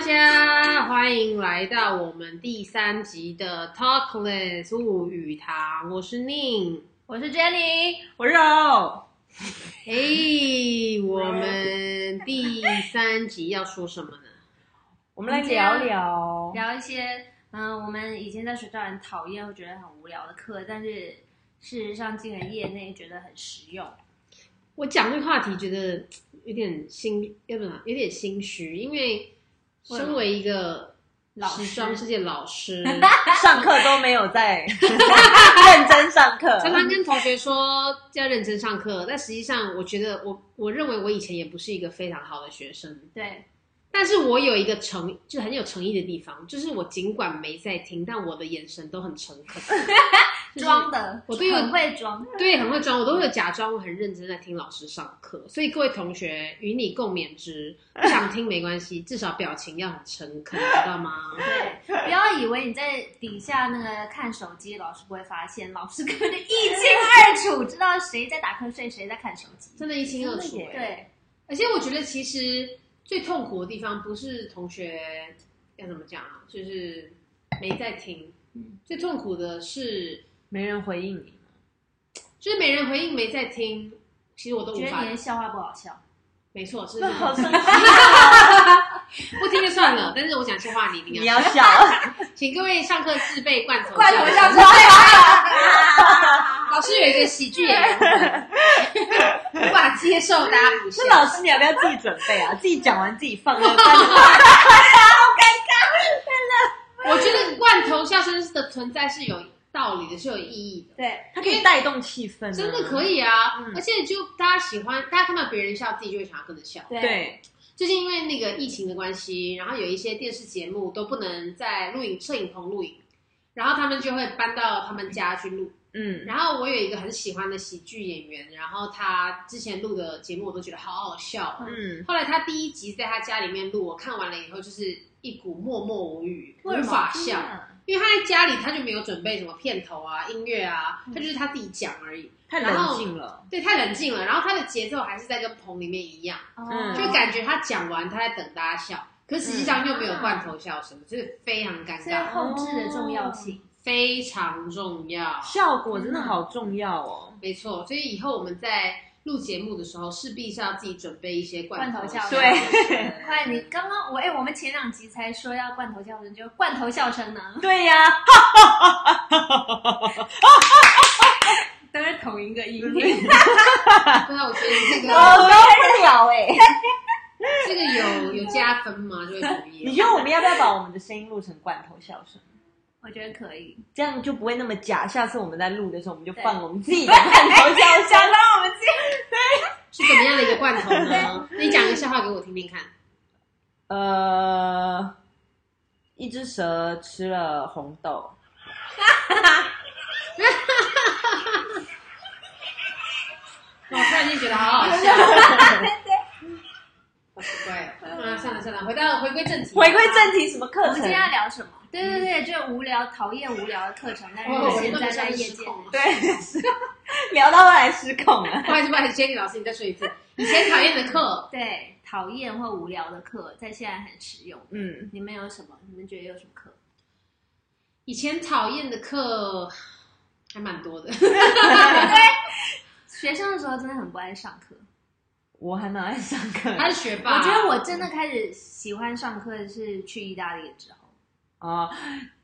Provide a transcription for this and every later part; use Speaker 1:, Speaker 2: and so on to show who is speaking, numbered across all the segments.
Speaker 1: 家，欢迎来到我们第三集的 Talkless 物语堂，我是宁。
Speaker 2: 我是 Jenny，
Speaker 3: 我肉，
Speaker 1: 哎、 我们第三集要说什么呢？
Speaker 3: 我们来聊聊
Speaker 2: 聊一些嗯，我们以前在学校很讨厌，会觉得很无聊的课，但是事实上进了业内觉得很实用。
Speaker 1: 我讲这个话题，觉得有点心，要不然有点心虚，因为
Speaker 2: 为什么
Speaker 1: 身为一个
Speaker 2: 老
Speaker 1: 时
Speaker 2: 师
Speaker 1: 装世界老 师，
Speaker 3: 上课都没有 在认真上课，
Speaker 1: 常常跟同学说要认真上课，但实际上，我觉得我我认为我以前也不是一个非常好的学生。
Speaker 2: 对，
Speaker 1: 但是我有一个诚，就很有诚意的地方，就是我尽管没在听，但我的眼神都很诚 恳，就是
Speaker 2: 装的，
Speaker 1: 我对我
Speaker 2: 很会装。
Speaker 1: 对，很会装，我都会假装我很认真在听老师上课。所以各位同学，与你共勉之，不想听没关系，至少表情要很诚恳，知道吗？
Speaker 2: 对，不要以为你在底下那个看手机，老师不会发现，老师根本就一清二楚，知道谁在打瞌睡，谁在看手机。
Speaker 1: 真的，一清二楚
Speaker 3: 真的耶
Speaker 1: 欸。
Speaker 2: 对，
Speaker 1: 而且我觉得其实最痛苦的地方不是同学要怎么讲啊，就是没在听
Speaker 2: 嗯。
Speaker 1: 最痛苦的是，
Speaker 3: 没人回应你。
Speaker 1: 就是没人回应，没在听。其实我都无
Speaker 2: 觉得
Speaker 1: 法
Speaker 2: 你的笑话不好 笑，
Speaker 1: 没错，是
Speaker 3: 那好啊
Speaker 1: 不
Speaker 3: 伤心，
Speaker 1: 听就算了。但是我讲笑话，你一定
Speaker 3: 你
Speaker 1: 要
Speaker 3: 要
Speaker 1: 听。
Speaker 3: 笑，啊
Speaker 1: 请各位上课自备罐头
Speaker 2: 怪我
Speaker 1: 教
Speaker 2: 笑
Speaker 1: 材
Speaker 2: 出来了。
Speaker 1: 老师有一个喜剧演员，无法接受大家不
Speaker 3: 是
Speaker 1: 笑。
Speaker 3: 老师，你要不要自己准备 啊？自己讲完自己放 在班上。
Speaker 1: 我觉得罐头笑声的存在是有道理的，是有意义的。
Speaker 2: 对，
Speaker 3: 它可以带动气氛、啊，
Speaker 1: 真的可
Speaker 3: 以。
Speaker 1: 以啊，
Speaker 3: 嗯
Speaker 1: 而且就大家喜欢，大家看到别人笑，自己就会想要跟着笑。
Speaker 2: 对
Speaker 3: 对，
Speaker 1: 最近因为那个疫情的关系，然后有一些电视节目都不能在录影摄影棚录影，然后他们就会搬到他们家去录。
Speaker 3: 嗯，
Speaker 1: 然后我有一个很喜欢的喜剧演员，然后他之前录的节目我都觉得好好笑哦。
Speaker 3: 嗯，
Speaker 1: 后来他第一集在他家里面录，我看完了以后就是一股默默无语，
Speaker 2: 为
Speaker 1: 无
Speaker 2: 什么
Speaker 1: 法笑，因为他在家里他就没有准备什么片头啊、音乐啊，他就是他自己讲而已，
Speaker 3: 太冷静了。
Speaker 1: 对，太冷静了。然后他的节奏还是在跟棚里面一样，
Speaker 2: 哦
Speaker 1: 就感觉他讲完他在等大家笑，可实际上又没有罐头笑声，就是非常尴
Speaker 2: 这是
Speaker 1: 尬，
Speaker 2: 后置的重要性。
Speaker 1: 非常重要。
Speaker 3: 效果真的好重要哦。
Speaker 1: 没错，所以以后我们在录节目的时候，势必是要自己准备一些罐头
Speaker 2: 罐头笑
Speaker 1: 声
Speaker 3: 对
Speaker 2: 快，你刚刚我哎、我们前两集才说要罐头笑声，就罐头笑声呢，
Speaker 3: 对呀、
Speaker 2: 都是同一个音
Speaker 3: 频。
Speaker 1: 对啊，我觉得这 个
Speaker 3: 我受不了哎、
Speaker 1: 这个有有加分吗？就会同
Speaker 3: 你
Speaker 1: 意。
Speaker 3: 觉得我们要不要把我们的声音录成罐头笑声？
Speaker 2: 我觉得可以。
Speaker 3: 这样就不会那么假。下次我们在录的时候，我们就
Speaker 2: 对
Speaker 3: 放我们自己的罐头笑声。
Speaker 2: 想到我们自己，
Speaker 1: 是怎么样的一个罐头呢？你讲个笑话给我听听看。
Speaker 3: 呃，一只蛇吃了红豆，
Speaker 1: 那我突然间觉得好好 笑，好奇怪哦。啊，算了算了，回到回归正题。
Speaker 3: 回归正题，什么
Speaker 2: 我
Speaker 3: 课
Speaker 2: 们今
Speaker 3: 程
Speaker 2: 天？要聊什么？对对对，就无聊、讨厌无聊的课程，但是
Speaker 1: 哎我
Speaker 2: 我
Speaker 1: 现
Speaker 2: 现
Speaker 1: 在
Speaker 2: 在
Speaker 1: 在
Speaker 2: 在
Speaker 1: 业
Speaker 2: 业
Speaker 1: 界
Speaker 2: 界，，
Speaker 3: 对，是聊到后来失控了。
Speaker 1: 不好意思不好意思，Jenny 老师，你再说 一次，以前讨厌的课，
Speaker 2: 对讨厌或无聊的课，在现在很实用。
Speaker 3: 嗯，
Speaker 2: 你们有什么？你们觉得有什么课？
Speaker 1: 以前讨厌的课还蛮多的。
Speaker 2: 学生的时候真的很不爱上课，
Speaker 3: 我还蛮爱上课的
Speaker 1: 他是学霸，
Speaker 2: 我觉得我真的开始喜欢上课是去意大利之后。
Speaker 3: 哦，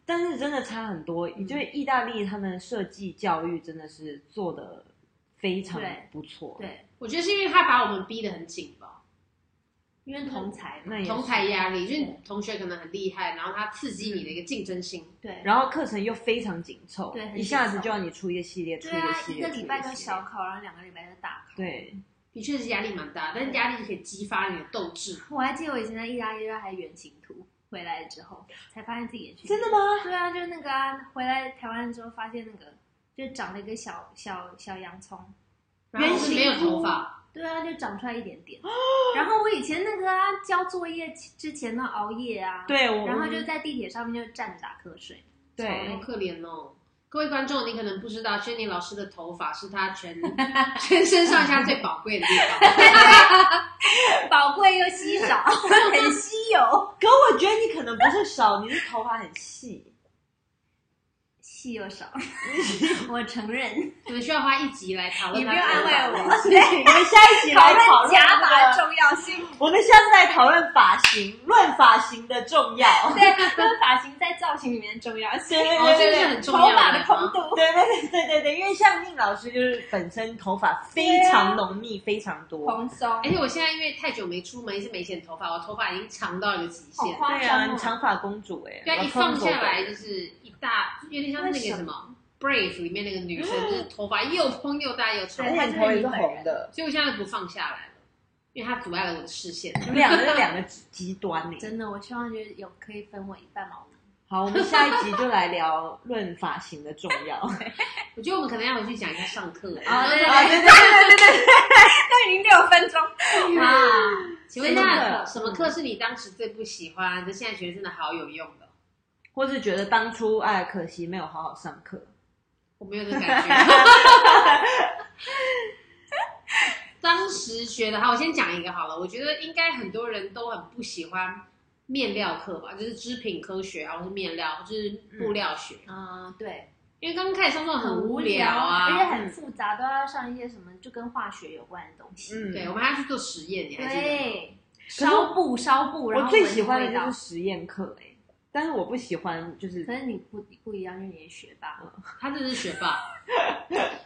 Speaker 3: 但是真的差很多。也就是意大利他们设计教育真的是做的非常
Speaker 2: 对
Speaker 3: 不错。，
Speaker 2: 对，
Speaker 1: 我觉得是因为他把我们逼得很紧吧，
Speaker 2: 因为同才嘛，
Speaker 3: 那也是
Speaker 1: 同才压力，就是同学可能很厉害，然后他刺激你的一个竞争心。
Speaker 2: 对，
Speaker 3: 然后课程又非常紧凑，
Speaker 2: 对很紧
Speaker 3: 一下子
Speaker 2: 凑
Speaker 3: 就要你出一个系列，出
Speaker 2: 对
Speaker 3: 一个
Speaker 2: 啊，
Speaker 3: 系
Speaker 2: 一
Speaker 3: 列，
Speaker 2: 个
Speaker 3: 出
Speaker 2: 礼
Speaker 3: 一
Speaker 2: 拜就
Speaker 3: 系列
Speaker 2: 小考，然后两个礼拜就大考。
Speaker 3: 对，
Speaker 1: 的确是压力蛮大，但是压力可以激发你的斗志。
Speaker 2: 我还记得我以前在意大利热还原型图，回来之后才发现自己也去。
Speaker 3: 真的？吗？
Speaker 2: 对啊，就那个啊，回来台湾的时候发现那个，就长了一个小小小洋葱。
Speaker 1: 然后是没有
Speaker 3: 原型
Speaker 1: 头发，
Speaker 2: 对啊，就长出来一点点。然后我以前那个啊，交作业之前呢熬夜啊，，
Speaker 3: 对，我
Speaker 2: 然后就在地铁上面就站着打瞌睡。
Speaker 1: 好
Speaker 3: 对，
Speaker 1: 可怜哦。各位观众，你可能不知道，轩尼老师的头发是他 全全身上下最宝贵的地方。
Speaker 2: 宝贵又稀少，很稀有。
Speaker 3: 可我觉得能不是少，你是头发很细。
Speaker 2: 戏又少，我承认。
Speaker 1: 我们需要花一集来讨论
Speaker 2: 你
Speaker 1: 它
Speaker 2: 不
Speaker 1: 多
Speaker 2: 要
Speaker 1: 少
Speaker 2: 安
Speaker 1: 钱。
Speaker 2: 慰我
Speaker 3: 事情， 我们下一集来讨论
Speaker 2: 假发
Speaker 3: 那
Speaker 2: 的
Speaker 3: 个
Speaker 2: 重要性，
Speaker 3: 我们下次来讨论发型，论发型的重要。
Speaker 2: 对，跟发型在造型里面的重要性，
Speaker 3: 对
Speaker 1: 哦，这是
Speaker 3: 对对
Speaker 1: 很
Speaker 2: 头
Speaker 1: 重要
Speaker 2: 发的空
Speaker 1: 吗？
Speaker 2: 洞。
Speaker 3: 对对对对对对，因为像宁老师就是本身头发非
Speaker 2: 啊
Speaker 3: 常浓密，非常多。
Speaker 2: 蓬松，
Speaker 1: 而且我现在因为太久没出门，一直没剪头发，我头发已经长到一个极
Speaker 2: 好
Speaker 1: 限。
Speaker 2: 夸
Speaker 3: 对啊，
Speaker 2: 张
Speaker 3: 你
Speaker 2: 哦！
Speaker 3: 长发公主哎、
Speaker 1: 对啊，
Speaker 3: 我
Speaker 1: 一放
Speaker 3: 疯狗
Speaker 1: 下来
Speaker 3: 狗
Speaker 1: 就是一大，有点像是那
Speaker 2: 为
Speaker 1: 个
Speaker 2: 什
Speaker 1: 什么《Brave》里面那个女生，就是头发又蓬又大又长
Speaker 2: 对。
Speaker 3: 而且头也是红的，
Speaker 1: 所以我现在不放下来了，因为它阻碍了我的视线。
Speaker 3: 你们两个是两个极极端呢、
Speaker 2: 真的，我希望就是有可以分我一半毛囊。
Speaker 3: 好，我们下一集就来聊论发型的重 要。
Speaker 1: 我觉得我们可能要回去讲一下上课。
Speaker 2: 啊对
Speaker 3: 啊，对对对对对对，
Speaker 2: 那已经六分钟
Speaker 1: 啊，请问一下，
Speaker 3: 什
Speaker 1: 什
Speaker 3: 么课
Speaker 1: 么课是你当时最不喜欢，就现在觉得真的好有用的？
Speaker 3: 或是觉得当初哎可惜没有好好上课。
Speaker 1: 我没有这个感 觉。当时学的好，我先讲一个好了。我觉得应该很多人都很不喜欢面料课吧，就是织品科学啊，或是面料，或是布料学，
Speaker 2: 啊，对，
Speaker 1: 因为刚开始上这种很无聊
Speaker 2: 而且
Speaker 3: 嗯
Speaker 1: 啊。
Speaker 2: 很复杂，都要上一些什么就跟化学有关的东西。
Speaker 3: 嗯，
Speaker 1: 对，我们还要去做实验，你还记得吗？
Speaker 2: 对，烧布烧布，然
Speaker 3: 我
Speaker 2: 后
Speaker 3: 最喜欢的
Speaker 2: 闻着
Speaker 3: 就
Speaker 2: 味
Speaker 3: 是
Speaker 2: 道。
Speaker 3: 实验课哎、但是我不喜欢就是
Speaker 2: 可是你不不一样，因为你是学霸。
Speaker 1: 他真的是学霸。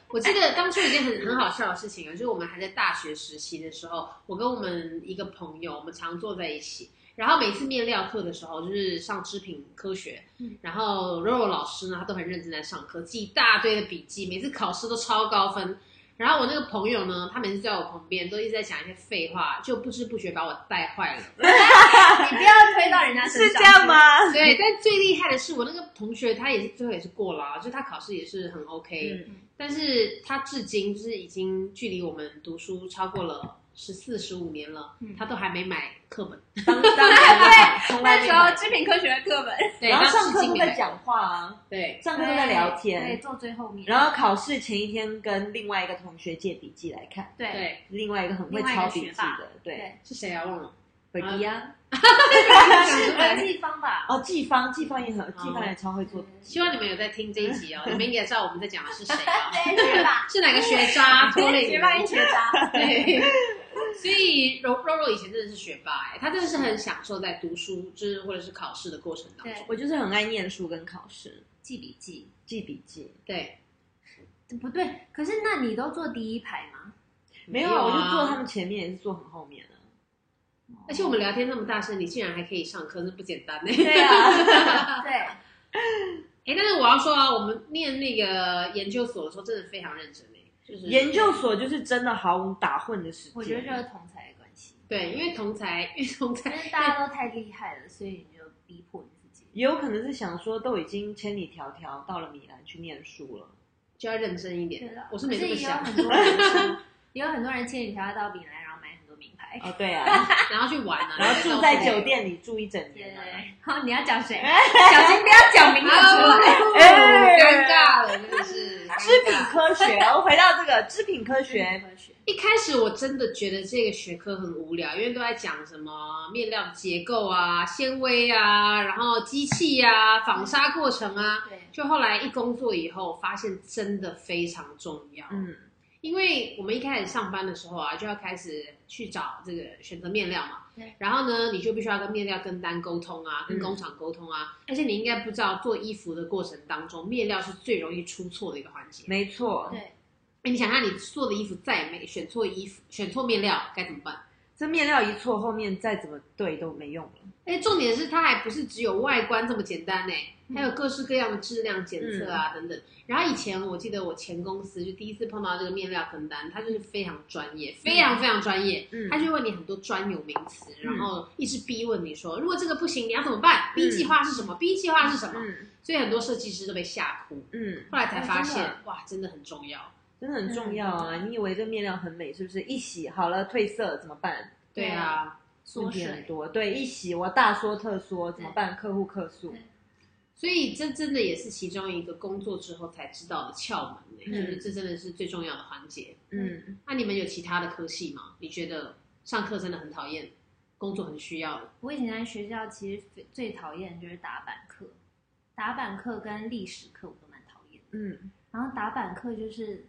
Speaker 1: 我记得当初有一件很很好笑的事情啊，就是我们还在大学实习的时候，我跟我们一个朋友，我们常坐在一起。然后每次面料课的时候，就是上织品科学，
Speaker 2: 嗯
Speaker 1: 然后柔柔老师呢，他都很认真在上课，记一大堆的笔记，每次考试都超高分。然后我那个朋友呢，他每次在我旁边都一直在讲一些废话，就不知不觉把我带坏了。
Speaker 2: 你不要推到人家身上。
Speaker 3: 是这样？吗？
Speaker 1: 对，但最厉害的是我那个同学，他也是最后也是过了啊，就他考试也是很 OK，、
Speaker 3: 嗯
Speaker 1: 但是他至今就是已经距离我们读书超过了十四十五年了，
Speaker 2: 嗯
Speaker 1: 他都还没买课本，
Speaker 3: 当当对，从来
Speaker 2: 那
Speaker 3: 没
Speaker 2: 时
Speaker 3: 有
Speaker 2: 候
Speaker 3: 买。
Speaker 2: 织品科学的课本，
Speaker 1: 对，
Speaker 3: 然后
Speaker 1: 他至
Speaker 3: 上课
Speaker 1: 今
Speaker 3: 都
Speaker 1: 没
Speaker 3: 在
Speaker 1: 买，
Speaker 3: 讲话啊，
Speaker 1: 对，
Speaker 3: 上课都在聊
Speaker 2: 对，
Speaker 3: 天。
Speaker 2: 坐最后面。
Speaker 3: 然后考试前一天跟另外一个同学借笔记来看，
Speaker 2: 对
Speaker 1: 对，
Speaker 3: 另外一个很会
Speaker 2: 另外一
Speaker 3: 抄
Speaker 2: 个
Speaker 3: 笔
Speaker 2: 学
Speaker 3: 记
Speaker 2: 霸嗯
Speaker 3: 的，对，
Speaker 2: 对，
Speaker 1: 是谁啊？忘 了，
Speaker 3: 本一啊，
Speaker 2: 是文季芳吧？
Speaker 3: 哦，季芳，季芳也
Speaker 2: 嗯
Speaker 3: 很，季芳也超会做笔记。
Speaker 1: 希望你们有在听这一集哦，你们应该知道我们在讲的是谁啊？
Speaker 2: 对，学霸，
Speaker 1: 是哪个学渣 拖累你
Speaker 2: 学霸
Speaker 1: 们
Speaker 2: 跟？学渣。
Speaker 1: 对，所以柔柔柔以前真的是学霸哎、她真的是很享受在读书，就是或者是考试的过程当中。
Speaker 2: 对，
Speaker 3: 我就是很爱念书跟考试，
Speaker 2: 记笔记。
Speaker 3: 记笔记。
Speaker 1: 对，
Speaker 2: 不对，可是那你都坐第一排吗？
Speaker 3: 没有啊，我就坐他们前面，也是坐很后面啊。
Speaker 1: 而且我们聊天那么大声，你竟然还可以上课，这不简单呢、
Speaker 3: 对啊，
Speaker 2: 对，
Speaker 1: 哎、但是我要说啊，我们念那个研究所的时候，真的非常认真哎、就是
Speaker 3: 研究所就是真的毫无打混的时间。
Speaker 2: 我觉得就是同才的关系，
Speaker 1: 对，因为同才，因为同
Speaker 2: 因
Speaker 1: 才，
Speaker 2: 为大家都太厉害了，所以你就逼迫你自己。
Speaker 3: 也有可能是想说，都已经千里迢迢到了米兰去念书了，
Speaker 1: 就要认真一
Speaker 2: 对
Speaker 1: 点
Speaker 2: 的。，
Speaker 1: 我是没这么
Speaker 2: 可也有
Speaker 1: 想，
Speaker 2: 很多人，也有很多人千里迢迢到米兰，然后买很多名牌。
Speaker 3: 哦，对啊，
Speaker 1: 然后去玩啊，
Speaker 3: 然后住在酒。店里住一整
Speaker 2: 对
Speaker 3: 年
Speaker 2: 对
Speaker 3: 啊。
Speaker 2: 对， 好，你要讲谁？小心不要讲名字出
Speaker 1: 啊，
Speaker 2: 来。
Speaker 3: 哎
Speaker 1: 尴尬了，真的是。
Speaker 3: 织品科学，我回到这个织品科 学，
Speaker 2: 科学，
Speaker 1: 一开始我真的觉得这个学科很无聊，因为都在讲什么面料结构啊、纤维啊，然后机器啊、纺纱过程啊。
Speaker 2: 对，
Speaker 1: 就后来一工作以后，发现真的非常重要。
Speaker 3: 嗯，
Speaker 1: 因为我们一开始上班的时候啊，就要开始去找这个选择面料嘛
Speaker 2: 对。
Speaker 1: 然后呢，你就必须要跟面料跟单沟通啊，跟
Speaker 3: 嗯
Speaker 1: 工厂沟通啊。而且你应该不知道，做衣服的过程当中，面料是最容易出错的一个环节。
Speaker 3: 没错，
Speaker 2: 对，
Speaker 1: 哎你想看你做的衣服再美，选错衣服、选错面料该怎么办？
Speaker 3: 这面料一错，后面再怎么对都没用了。
Speaker 1: 哎，重点是它还不是只有外观这么简单呢，还有各式各样的质量检测
Speaker 3: 嗯
Speaker 1: 啊、等等。然后以前我记得我前公司就第一次碰到这个面料跟单，它就是非常专业，非常非常专业，
Speaker 3: 嗯
Speaker 1: 它就问你很多专有名词，然后一直逼问你说，如果这个不行，你要怎么办？B
Speaker 3: 嗯
Speaker 1: 计划是什么？B 计划是什么？
Speaker 3: 嗯
Speaker 1: 所以很多设计师都被吓哭。
Speaker 3: 嗯，
Speaker 1: 后来才发
Speaker 3: 哎真
Speaker 1: 现
Speaker 3: 的，
Speaker 1: 哇，真的很重要。
Speaker 3: 真的很
Speaker 2: 嗯
Speaker 3: 重要啊！你以为这面料很美，是不是？一洗好了褪色怎么办？
Speaker 1: 对啊，
Speaker 2: 缩
Speaker 3: 问题很
Speaker 2: 水，
Speaker 3: 多。对，一洗我大说特说怎么办？客户客诉
Speaker 2: 对。
Speaker 1: 所以这真的也是其中一个工作之后才知道的窍门呢，
Speaker 3: 嗯
Speaker 1: 就是这真的是最重要的环节。
Speaker 3: 嗯，
Speaker 1: 那你们有其他的科系吗？你觉得上课真的很讨厌，工作很需要的。
Speaker 2: 我以前在学校其实最最讨厌的就是打板课，打板课跟历史课我都蛮讨厌的。
Speaker 3: 嗯，
Speaker 2: 然后打板课就是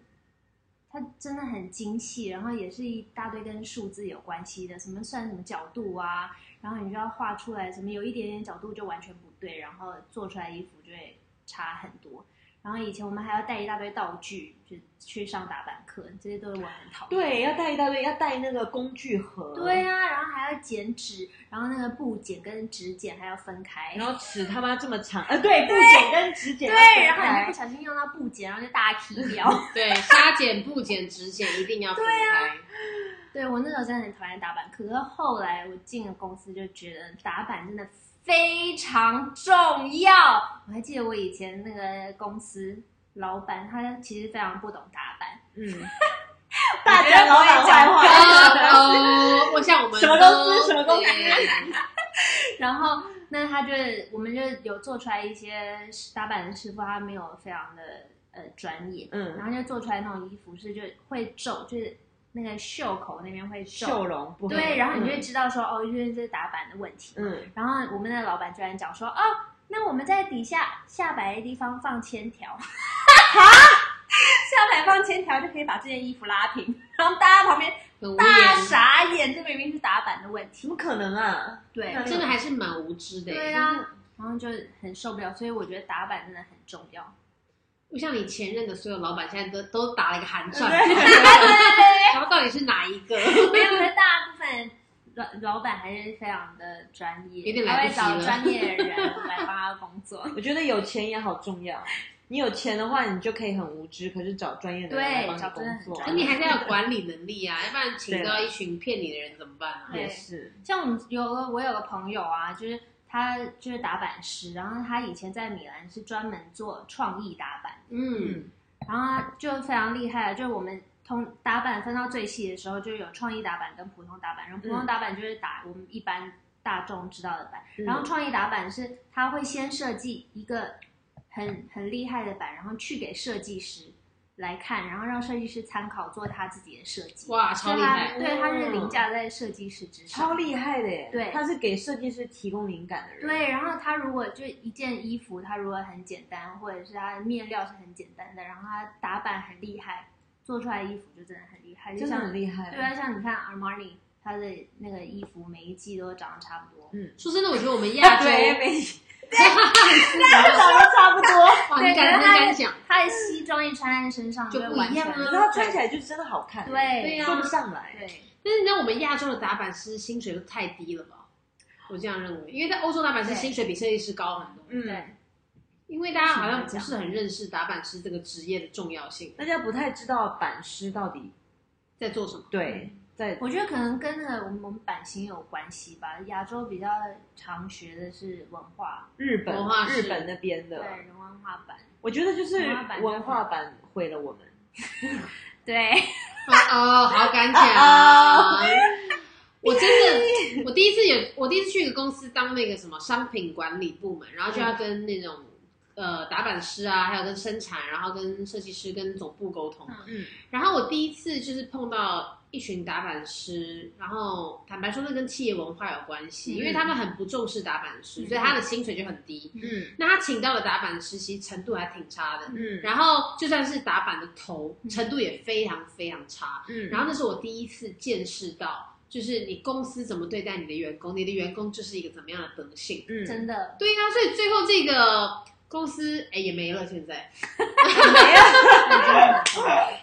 Speaker 2: 它真的很精细，然后也是一大堆跟数字有关系的，什么算什么角度啊，然后你就要画出来，什么有一点点角度就完全不对，然后做出来衣服就会差很多。然后以前我们还要带一大堆道具，就去上打板课，这些都是我很讨厌的。
Speaker 3: 对，要带一大堆，要带那个工具盒，
Speaker 2: 对啊，然后还要剪纸，然后那个布剪跟纸剪还要分开。
Speaker 3: 然后尺他妈这么长，呃，对，不剪跟指剪要
Speaker 2: 对，
Speaker 3: 分
Speaker 2: 然后你就
Speaker 3: 开
Speaker 2: 不小心用到布剪，然后就大家皮掉。
Speaker 1: 对，虾剪、布剪、指剪一定要分开。
Speaker 2: 对我那时候真的很讨厌打板，可是后来我进了公司就觉得打板真的非常重要。我还记得我以前那个公司老板，他其实非常不懂打板，
Speaker 3: 嗯，
Speaker 2: 大家都会讲
Speaker 3: 对
Speaker 1: 啊哦，我像我们
Speaker 3: 什么公司什么公司
Speaker 1: 司，
Speaker 2: 然后那他就我们就有做出来一些打板的师傅，他没有非常的呃专业，
Speaker 3: 嗯
Speaker 2: 然后就做出来那种衣服是就会皱，就是那个袖口那边会
Speaker 3: 秀
Speaker 2: 皱，
Speaker 3: 容不合
Speaker 2: 对，然后你就会
Speaker 3: 嗯
Speaker 2: 知道说、哦，因为这是打板的问题，
Speaker 3: 嗯，
Speaker 2: 然后我们的老板居然讲说，哦，那我们在底下下摆的地方放铅条， 下摆放铅条就可以把这件衣服拉平，然后大家旁边
Speaker 1: 很无
Speaker 2: 大
Speaker 1: 言，
Speaker 2: 傻眼，这明明是打板的问
Speaker 3: 怎
Speaker 2: 题，
Speaker 3: 么可能啊？
Speaker 2: 对
Speaker 3: 那，
Speaker 1: 真的还是蛮无知的。欸
Speaker 2: 对，啊，然后就很受不了，所以我觉得打板真的很重要，
Speaker 1: 就像你前任的所有老板，现在都都打了一个寒战，
Speaker 2: 对，
Speaker 1: 然后到底是哪一 个？
Speaker 2: 没有，可是大部分。老老板还是非常的专业，
Speaker 1: 有点
Speaker 2: 他
Speaker 1: 来
Speaker 2: 会
Speaker 1: 不及
Speaker 2: 找
Speaker 1: 了
Speaker 2: 专业 的人来帮他工作。
Speaker 3: 我觉得有钱也好重要。你有钱的话，你就可以很无知，可是找专业的人来
Speaker 2: 对
Speaker 3: 帮你
Speaker 2: 找真的
Speaker 3: 工
Speaker 2: 很
Speaker 3: 作
Speaker 2: 专
Speaker 1: 那，你还是要有管理能力啊，要不然请到一群骗你的人怎么办啊？
Speaker 2: 对
Speaker 3: 也是，
Speaker 2: 像我们有个我有个朋友啊，就是他就是打板师，然后他以前在米兰是专门做创意打板，
Speaker 1: 嗯，
Speaker 3: 嗯，
Speaker 2: 然后他就非常厉害了，就是我们。通打板分到最细的时候，就有创意打板跟普通打板。然后普通打板就是打我们一般大众知道的板，然后创意打板是他会先设计一个很很厉害的板，然后去给设计师来看，然后让设计师参考做他自己的设计。
Speaker 1: 哇，
Speaker 2: 所
Speaker 1: 超
Speaker 2: 以
Speaker 1: 厉
Speaker 2: 他
Speaker 1: 害！
Speaker 2: 对，他是啊凌驾在设计师之上。
Speaker 3: 超厉害的耶！
Speaker 2: 对
Speaker 3: 他是给设计师提供灵感的人，，
Speaker 2: 对，然后它如果就一件衣服，它如果很简单，或者是它的面料是很简单的，然后它打版很厉害，做出来的衣服就真的很厉害，就
Speaker 3: 真的
Speaker 2: 像
Speaker 3: 很厉害。
Speaker 2: 对啊，像你看 Armani，它的那个衣服每一季都长得差不多。
Speaker 1: 说真的，我觉得我们亚
Speaker 3: 大
Speaker 1: 洲，
Speaker 3: 嘴没，
Speaker 1: 哇，
Speaker 3: 长得差不多，
Speaker 1: 你敢真敢讲，
Speaker 2: 它的西装一穿在身上
Speaker 1: 就
Speaker 2: 会
Speaker 1: 不
Speaker 2: 完
Speaker 1: 一样
Speaker 2: 全
Speaker 1: 啊
Speaker 3: 可是他穿起来就真的好看，
Speaker 2: 对
Speaker 1: 对啊
Speaker 3: 说不上来。
Speaker 2: 对，
Speaker 1: 但是你知道我们亚洲的打板师薪水都太低了吧？我这样认为，因为在欧洲打板师
Speaker 2: 对
Speaker 1: 薪水比设计师高很多，
Speaker 3: 嗯，
Speaker 2: 对
Speaker 1: 因为大家好像不是很认识打板师这个职业的重要性，
Speaker 3: 大家不太知道版师到底
Speaker 1: 在做什么。
Speaker 3: 对在
Speaker 2: 我觉得可能跟那个我们我们版型有关系吧。亚洲比较常学的是文化，
Speaker 3: 日本
Speaker 1: 文化是
Speaker 3: 日本那边
Speaker 2: 对
Speaker 3: 的，
Speaker 2: 人文化版，
Speaker 3: 我觉得就是
Speaker 2: 文化版
Speaker 3: 文化版毁了我们。
Speaker 2: 对。
Speaker 1: 哦，好敢讲
Speaker 3: 啊
Speaker 1: 啊！我真的，我第一次有，我第一次去一个公司当那个什么商品管理部门，然后就要跟那种呃打板师啊，还有跟生产，然后跟设计师、跟总部沟通。
Speaker 3: 嗯
Speaker 1: 然后我第一次就是碰到一群打板师，然后坦白说，这跟企业文化有关系，
Speaker 3: 嗯
Speaker 1: 因为他们很不重视打板师，所以他的薪水就很低。
Speaker 3: 嗯
Speaker 1: 那他请到的打板师其实程度还挺差的，
Speaker 3: 嗯
Speaker 1: 然后就算是打板的头，程度也非常非常差。
Speaker 3: 嗯
Speaker 1: 然后那是我第一次见识到，就是你公司怎么对待你的员工，你的员工就是一个怎么样的德性。
Speaker 3: 嗯
Speaker 2: 真的，
Speaker 1: 对啊呀、所以最后这个公司哎也没了，现在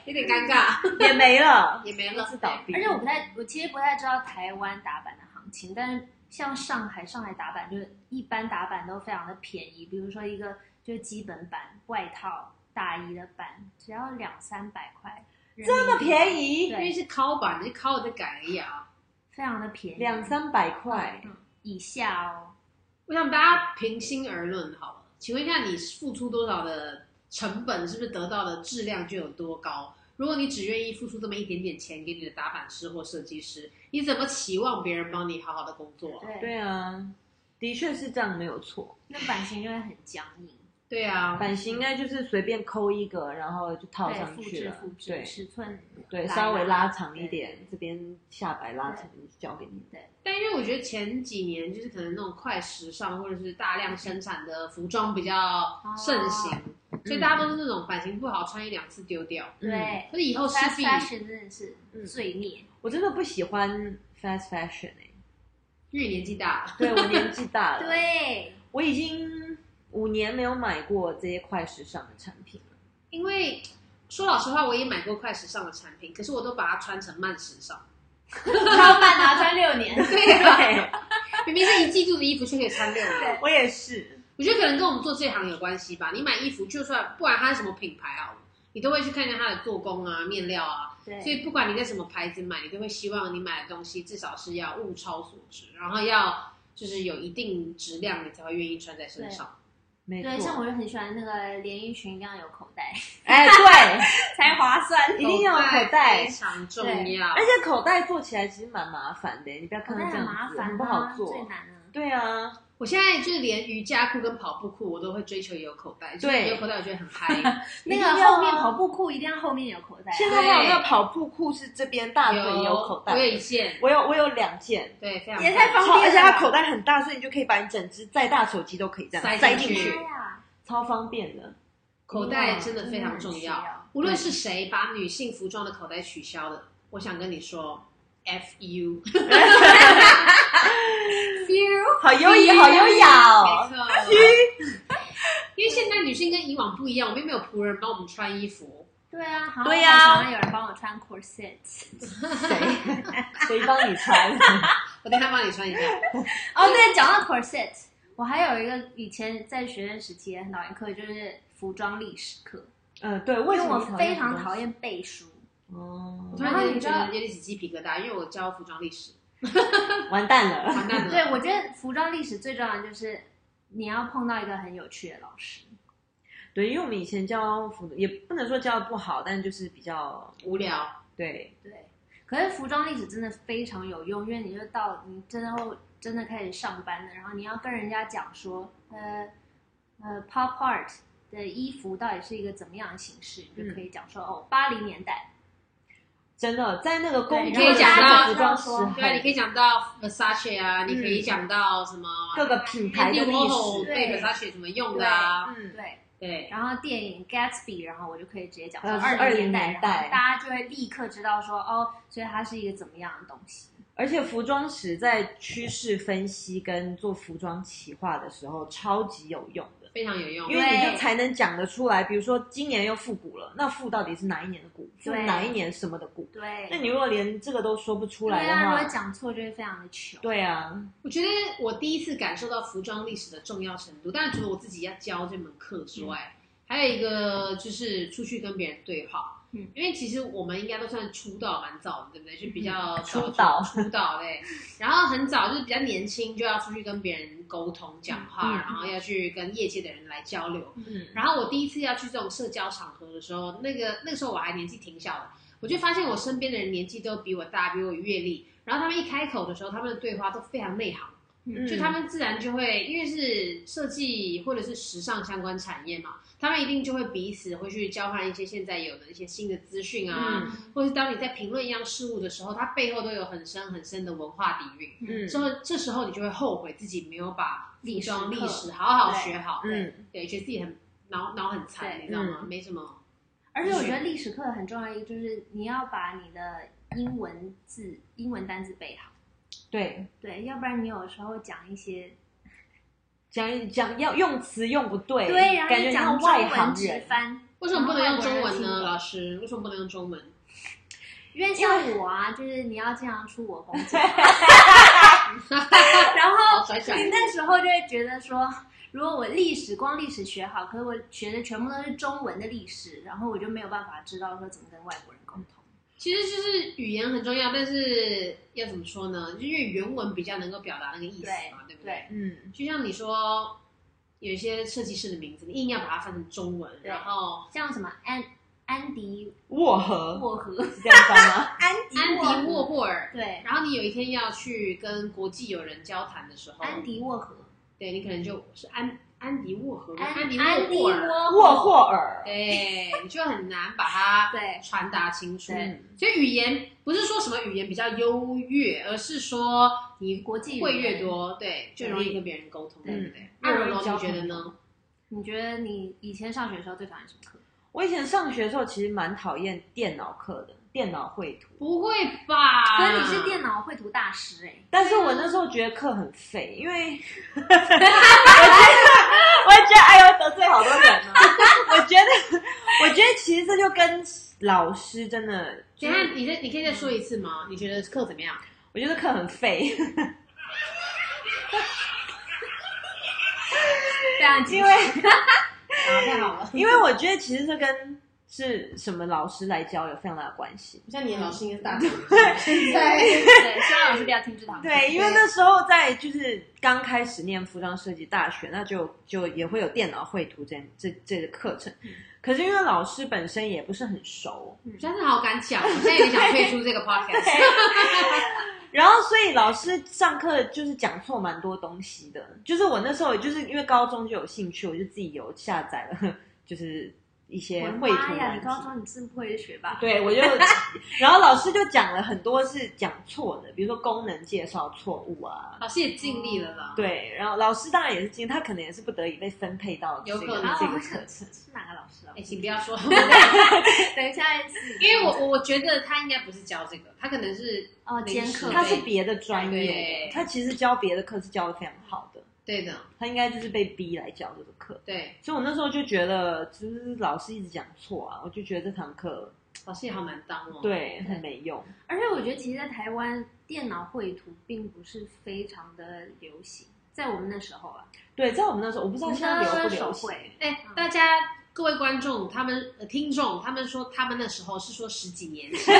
Speaker 1: 有点尴尬，
Speaker 3: 也没了，
Speaker 1: 也没
Speaker 3: 公
Speaker 1: 了
Speaker 3: 司倒闭。
Speaker 2: 而且我不太，我其实不太知道台湾打板的行情，但是像上海，上海打板就是一般打板都非常的便宜，比如说一个就是基本版外套、大衣的版，只要两三百块，
Speaker 3: 这么
Speaker 2: 宜，
Speaker 3: 便宜
Speaker 1: 因
Speaker 2: 对，
Speaker 1: 为是拷版，你拷我再改而已啊。
Speaker 2: 非常的便宜，
Speaker 3: 两三百块，
Speaker 2: 嗯以下哦。
Speaker 1: 我想大家平心而论好了，请问一下你付出多少的成本，是不是得到的质量就有多高？如果你只愿意付出这么一点点钱给你的打板师或设计师，你怎么期望别人帮你好好的工作啊、
Speaker 2: 对，
Speaker 3: 对啊，的确是这样，没有错。
Speaker 2: 那版型就会很僵硬，
Speaker 1: 对啊，
Speaker 3: 版型应该就是随便抠一个，然后就套
Speaker 2: 对，
Speaker 3: 上
Speaker 2: 复
Speaker 3: 去
Speaker 2: 制
Speaker 3: 了
Speaker 2: 复。制
Speaker 3: 对
Speaker 2: 尺寸，
Speaker 3: 对，
Speaker 2: 拉
Speaker 3: 稍微
Speaker 2: 拉
Speaker 3: 拉长一点，这边下摆拉长，交给你。
Speaker 1: 但因为我觉得前几年就是可能那种快时尚或者是大量生产的服装比较盛行，所以大家都是那种版型不好，穿一两次丢掉。
Speaker 3: 嗯
Speaker 2: 对
Speaker 1: 所以以后势
Speaker 2: ，fast
Speaker 1: 必，
Speaker 2: fashion 真的是
Speaker 3: 嗯
Speaker 2: 罪孽，
Speaker 3: 我真的不喜欢 fast fashion 哎、
Speaker 1: 因为你年纪大了，
Speaker 3: 对我年纪大了，，
Speaker 2: 对，
Speaker 3: 我已经五年没有买过这些快时尚的产品了。
Speaker 1: 因为说老实话，我也买过快时尚的产品，可是我都把它穿成慢时尚。
Speaker 2: 然后半拿啊穿六年，
Speaker 1: 对啊，
Speaker 3: 对，
Speaker 1: 明明是一季度的衣服，却可以穿六年。
Speaker 3: 我也是。
Speaker 1: 我觉得可能跟我们做这行有关系吧。你买衣服，就算不管它是什么品牌好了，你都会去看一下它的做工啊、面料啊。所
Speaker 2: 对，
Speaker 1: 以不管你在什么牌子买，你都会希望你买的东西至少是要物超所值，然后要就是有一定质量，你才会愿意穿在身上。
Speaker 3: 没
Speaker 2: 对，像
Speaker 3: 错，
Speaker 2: 我就很喜欢那个连衣裙一样有口袋，
Speaker 3: 哎， 对，
Speaker 2: 才划算，
Speaker 3: 一定要有口袋
Speaker 1: 非常重要
Speaker 3: 而。且口袋做起来其实蛮麻烦的，你不要
Speaker 2: 口
Speaker 3: 看它
Speaker 2: 袋
Speaker 3: 这
Speaker 2: 很
Speaker 3: 样
Speaker 2: 麻
Speaker 3: 子，
Speaker 2: 烦、啊，
Speaker 3: 很不好
Speaker 2: 最
Speaker 3: 做。
Speaker 2: 难了。
Speaker 3: 对啊，
Speaker 1: 我现在就是连瑜伽裤跟跑步裤，我都会追求有口袋，就是
Speaker 3: 对
Speaker 1: 有口袋我觉得很嗨。
Speaker 2: 那
Speaker 3: 一定
Speaker 2: 个
Speaker 3: 要啊
Speaker 2: 后面跑步裤一定要后面有口袋啊、
Speaker 3: 现在还有那个跑步裤是这边大腿也有口袋
Speaker 1: 我，有一件，
Speaker 3: 我有我有两件，
Speaker 1: 对，非常
Speaker 2: 也太方便
Speaker 3: 超而且它口袋很大，所以你就可以把你整只再大手机都可以这
Speaker 1: 塞
Speaker 3: 样
Speaker 1: 进
Speaker 3: 塞
Speaker 1: 去
Speaker 3: 进去，
Speaker 2: 妈呀，
Speaker 3: 超方便的。
Speaker 1: 口袋真的非常
Speaker 2: 真的很
Speaker 1: 重
Speaker 2: 需
Speaker 1: 要。
Speaker 2: 要。
Speaker 1: 无论是谁把女性服装的口袋取消了，我想跟你说，F U，
Speaker 3: 好优雅，好优雅
Speaker 1: 没
Speaker 3: 哦！
Speaker 1: 错， 因为现在女性跟以往不一样，我们又没有仆人帮我们穿衣服，
Speaker 2: 对啊，好像
Speaker 3: 对啊
Speaker 2: 好像有人帮我穿 corset。
Speaker 3: 谁谁帮你穿？
Speaker 1: 我等一下帮你穿 一下。
Speaker 2: 哦，对，讲到 corset，我还有一个以前在学生时期也很讨厌课，就是服装历史课，
Speaker 3: 嗯，对，
Speaker 2: 因
Speaker 3: 为
Speaker 2: 为
Speaker 3: 什么
Speaker 2: 我
Speaker 3: 你
Speaker 2: 非常
Speaker 3: 讨
Speaker 2: 讨
Speaker 3: 厌
Speaker 2: 厌背书。
Speaker 3: 这哦
Speaker 1: 我突
Speaker 3: 种东西？
Speaker 1: 然
Speaker 2: 然后
Speaker 1: 间
Speaker 2: 你知
Speaker 1: 觉
Speaker 2: 道
Speaker 1: 得有点起鸡皮疙瘩，因为我教服装历史，
Speaker 3: 哦，完蛋了，
Speaker 1: 完蛋了。
Speaker 2: 对，我觉得服装历史最重要的就是你要碰到一个很有趣的老师。
Speaker 3: 对，因为我们以前教服也不能说教的不好，但就是比较
Speaker 1: 无聊，
Speaker 3: 对，
Speaker 2: 对，可是服装历史真的非常有用，因为你就到你真的会真的开始上班了，然后你要跟人家讲说，呃呃，pop art 的衣服到底是一个怎么样的形式，你
Speaker 3: 嗯
Speaker 2: 就可以讲说，哦，八零年代，
Speaker 3: 真的在那个工
Speaker 2: 对
Speaker 1: 然
Speaker 3: 作
Speaker 1: 后大家
Speaker 3: 服
Speaker 2: 知道
Speaker 3: 装
Speaker 2: 说
Speaker 3: 时
Speaker 1: 对 啊，你可
Speaker 3: 候，
Speaker 1: 以讲到 Versace 啊，你可以
Speaker 3: 嗯
Speaker 1: 讲到什么
Speaker 3: 各个品牌的
Speaker 1: Andy
Speaker 3: 历
Speaker 1: Warhol
Speaker 3: 史，
Speaker 1: 对
Speaker 2: 对
Speaker 1: Versace 有什么用的啊？
Speaker 3: 嗯，
Speaker 2: 对，
Speaker 1: 对，
Speaker 2: 然后电影 Gatsby，然后我就可以直接讲说
Speaker 3: 呃
Speaker 2: 二
Speaker 3: 20
Speaker 2: 年
Speaker 3: 年
Speaker 2: 然
Speaker 3: 代
Speaker 2: 后大家就会立刻知道说，哦，所以它是一个怎么样的东西。
Speaker 3: 而且服装史在趋势分析跟做服装企划的时候超级有用的，
Speaker 1: 非常有用
Speaker 3: 因。为你
Speaker 2: 对
Speaker 3: 就才能讲得出来。比如说今年又复古了，那复到底是哪一年的古？是
Speaker 2: 对
Speaker 3: 哪一年什么的古？
Speaker 2: 对，
Speaker 3: 那你如果连这个都说不出来
Speaker 2: 对
Speaker 3: 的
Speaker 2: 啊如
Speaker 3: 话，
Speaker 2: 果讲错就会非常的糗。
Speaker 3: 对啊，
Speaker 1: 我觉得我第一次感受到服装历史的重要程度，当然除了我自己要教这门课
Speaker 3: 嗯
Speaker 1: 之外，还有一个就是出去跟别人对话。
Speaker 2: 嗯，
Speaker 1: 因为其实我们应该都算出道蛮早的，对不对？就比较早
Speaker 3: 嗯出道
Speaker 1: 出道对。然后很早就是比较年轻，就要出去跟别人沟通、讲话，
Speaker 3: 嗯
Speaker 1: 然后要去跟业界的人来交流。
Speaker 3: 嗯，
Speaker 1: 然后我第一次要去这种社交场合的时候，那个那个时候我还年纪挺小的，我就发现我身边的人年纪都比我大，比我有阅历。然后他们一开口的时候，他们的对话都非常内行，
Speaker 2: 嗯
Speaker 1: 就他们自然就会，因为是设计或者是时尚相关产业嘛，他们一定就会彼此会去交换一些现在有的一些新的资
Speaker 2: 嗯
Speaker 1: 讯
Speaker 3: 嗯
Speaker 1: 啊，或是当你在评论一样事物的时候，它背后都有很深很深的文化底蕴。
Speaker 3: 嗯
Speaker 1: 之后这时候你就会后悔自己没有把服
Speaker 2: 历史
Speaker 1: 装历
Speaker 2: 课
Speaker 1: 史好好
Speaker 2: 对
Speaker 1: 学好，
Speaker 3: 嗯，
Speaker 1: 对，觉得自己很脑脑很残，
Speaker 2: 对嗯
Speaker 1: 你知道吗？没什么，
Speaker 2: 而且我觉得历史课很重要一个就是你要把你的英文字、英文单字背好，
Speaker 3: 对，
Speaker 2: 对，要不然你有时候讲一些
Speaker 3: 讲讲要用词用不对，
Speaker 2: 对，然后
Speaker 3: 感觉
Speaker 2: 你
Speaker 3: 你
Speaker 2: 讲
Speaker 3: 像
Speaker 2: 中
Speaker 3: 外
Speaker 2: 文
Speaker 3: 行
Speaker 2: 直
Speaker 3: 人，
Speaker 2: 翻，
Speaker 1: 为什么不能用中
Speaker 2: 然后外国人
Speaker 1: 文
Speaker 2: 听不
Speaker 1: 呢？
Speaker 2: 懂
Speaker 1: 老师，为什么不能用中文？
Speaker 2: 因为像我啊，就是你要经常出我红姐，然后
Speaker 1: 好拽拽
Speaker 2: 你那时候就会觉得说，如果我历史光历史学好，可是我学的全部都是中文的历史，然后我就没有办法知道说怎么跟外国人沟通。
Speaker 1: 其实就是语言很重要，但是要怎么说呢？就因为原文比较能够表达那个意思嘛，对不对？
Speaker 2: 对，
Speaker 3: 嗯，
Speaker 1: 就像你说，有一些设计师的名字，你硬要把它翻成中文，
Speaker 2: 对
Speaker 1: 然后
Speaker 2: 像什么安安迪
Speaker 3: 沃合
Speaker 2: 沃荷，
Speaker 3: 是这样翻吗？
Speaker 2: 安
Speaker 1: 安迪
Speaker 2: 荷
Speaker 1: 沃霍尔，
Speaker 2: 对，
Speaker 1: 然后你有一
Speaker 3: 哦
Speaker 1: 天要去跟国际友人交谈的时候，
Speaker 2: 安迪沃荷。
Speaker 1: 对你可能就是安安安迪沃荷跟
Speaker 2: 安
Speaker 1: 迪
Speaker 2: 安迪
Speaker 1: 沃尔，
Speaker 3: 沃霍尔，
Speaker 1: 对，你就很难把它
Speaker 2: 对
Speaker 1: 传达清楚。
Speaker 3: 对
Speaker 1: 所以语言不是说什么语言比较优越，而是说你
Speaker 2: 国际语言
Speaker 1: 会越多，对，就容易跟别人沟通，
Speaker 3: 嗯
Speaker 1: 对不对？
Speaker 3: 嗯
Speaker 1: 那柔柔你觉得呢？
Speaker 2: 你觉得你以前上学的时候最讨厌什么课？
Speaker 3: 我以前上学的时候其实蛮讨厌电脑课的，电脑绘图。
Speaker 1: 不会吧？
Speaker 2: 可是你是电脑绘图大师哎、
Speaker 3: 但是我那时候觉得课很废，因为 我觉得，我觉得，哎呦，得罪好多人哦。我觉得，我觉得其实这就跟老师真的，
Speaker 1: 等一下，你再你可以再说一次吗？你觉得课怎么样？
Speaker 3: 我觉得课很废，
Speaker 2: 非常
Speaker 3: 因为
Speaker 1: 啊，太好了！
Speaker 3: 因为我觉得其实这跟是什么老师来教有非常大的关系。
Speaker 1: 像你的老师应该是 大姐，现 在
Speaker 2: 对，希望老师不要听这堂课。
Speaker 3: 对，因为那时候在就是刚开始念服装设计大学，那就就也会有电脑绘图这这这个课程，
Speaker 2: 嗯
Speaker 3: 可是因为老师本身也不是很熟，
Speaker 1: 真的好敢讲，我现在也想退出这个 podcast。
Speaker 3: 然后，所以老师上课就是讲错蛮多东西的。就是我那时候，就是因为高中就有兴趣，我就自己有下载了， 就是一些
Speaker 2: 我的
Speaker 3: 绘图
Speaker 2: 妈呀，
Speaker 3: 软
Speaker 2: 你
Speaker 3: 体
Speaker 2: 高中你是不会学 吧？
Speaker 3: 对，我就，然后老师就讲了很多是讲错的，比如说功能介绍错误啊。
Speaker 1: 老师也尽力了啦，
Speaker 3: 对，然后老师当然也是进，他可能也是不得已被分配到这
Speaker 1: 有
Speaker 3: 个
Speaker 1: 可能
Speaker 2: 啊，
Speaker 3: 这个
Speaker 2: 我
Speaker 3: 课
Speaker 2: 想
Speaker 3: 程。
Speaker 2: 是哪个老师啊
Speaker 1: 哎，？请不要说，
Speaker 2: 等一下是，
Speaker 1: 因为我我我觉得他应该不是教这个，他可能是
Speaker 2: 哦兼课，
Speaker 3: 他是别的专业
Speaker 1: 对
Speaker 3: 的，他其实教别的课是教的非常好的，
Speaker 1: 对的，
Speaker 3: 他应该就是被逼来教这个课。
Speaker 1: 对，
Speaker 3: 所以我那时候就觉得，就是老师一直讲错啊，我就觉得这堂课
Speaker 1: 老师也好难当哦。
Speaker 3: 对很没用。
Speaker 2: 而且我觉得，其实，在台湾电脑绘图并不是非常的流行，在我们那时候啊，
Speaker 3: 对，在我们那时候，我不知道现在流不流行
Speaker 2: 我们。
Speaker 1: 哎，大家各位观众，他们呃听众，他们说他们那时候是说十几 年前，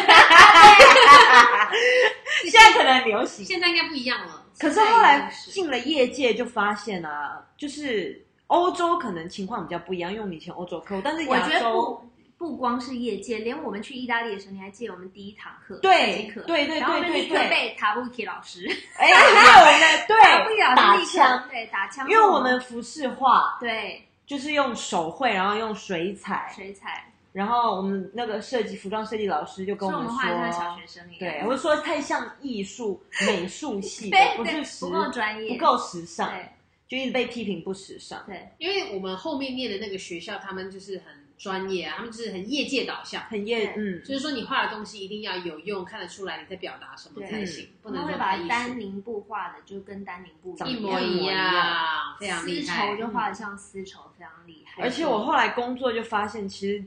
Speaker 3: 现在可能流行，
Speaker 1: 现在应该不一样了。
Speaker 3: 可是后来进了业界就发现啊，就是欧洲可能情况比较不一样，因为我们以前欧洲课，但是
Speaker 2: 我
Speaker 3: 亚
Speaker 2: 觉得
Speaker 3: 洲
Speaker 2: 不不光是业界，连我们去意大利的时候，你还记得我们第一堂课
Speaker 3: 对
Speaker 2: 设计课，
Speaker 3: 对对对
Speaker 2: 然后我们立刻
Speaker 3: 对对
Speaker 2: 被塔布奇老师，
Speaker 3: 哎，还有呢，
Speaker 2: 塔布奇
Speaker 3: 对
Speaker 2: 老师
Speaker 3: 打
Speaker 2: 立刻
Speaker 3: 枪，
Speaker 2: 对打枪，哦
Speaker 3: 因为我们服饰画
Speaker 2: 对
Speaker 3: 就是用手绘，然后用水彩，
Speaker 2: 水彩，
Speaker 3: 然后我们那个设计服装设计老师就跟
Speaker 2: 所以我
Speaker 3: 们
Speaker 2: 们
Speaker 3: 说，
Speaker 2: 画的像小学生一
Speaker 3: 对，
Speaker 2: 样，
Speaker 3: 我是说太像艺术美术系的，
Speaker 2: 对
Speaker 3: 不
Speaker 2: 对
Speaker 3: 是时
Speaker 2: 不够专
Speaker 3: 不
Speaker 2: 业，
Speaker 3: 够时尚，
Speaker 2: 对
Speaker 3: 就一直被批评不时尚。
Speaker 2: 对，
Speaker 1: 因为我们后面念的那个学校，他们就是很专业啊，他们就是很业界导向，
Speaker 3: 很业
Speaker 2: 对
Speaker 3: 嗯，
Speaker 1: 就是说你画的东西一定要有用，看得出来你在表达什么
Speaker 2: 对
Speaker 3: 嗯
Speaker 1: 才行，不
Speaker 2: 我们
Speaker 1: 能
Speaker 2: 会
Speaker 1: 说
Speaker 2: 把
Speaker 1: 太艺
Speaker 2: 丹
Speaker 1: 术。
Speaker 2: 宁布画的就跟丹宁布
Speaker 3: 长
Speaker 1: 一
Speaker 3: 得
Speaker 1: 模
Speaker 3: 一模一
Speaker 1: 样
Speaker 3: 样，
Speaker 1: 非常
Speaker 2: 丝
Speaker 1: 厉
Speaker 2: 绸
Speaker 1: 害。
Speaker 2: 就
Speaker 3: 嗯
Speaker 2: 画的像丝绸，非常厉害。
Speaker 3: 而且我后来工作就发现，其实，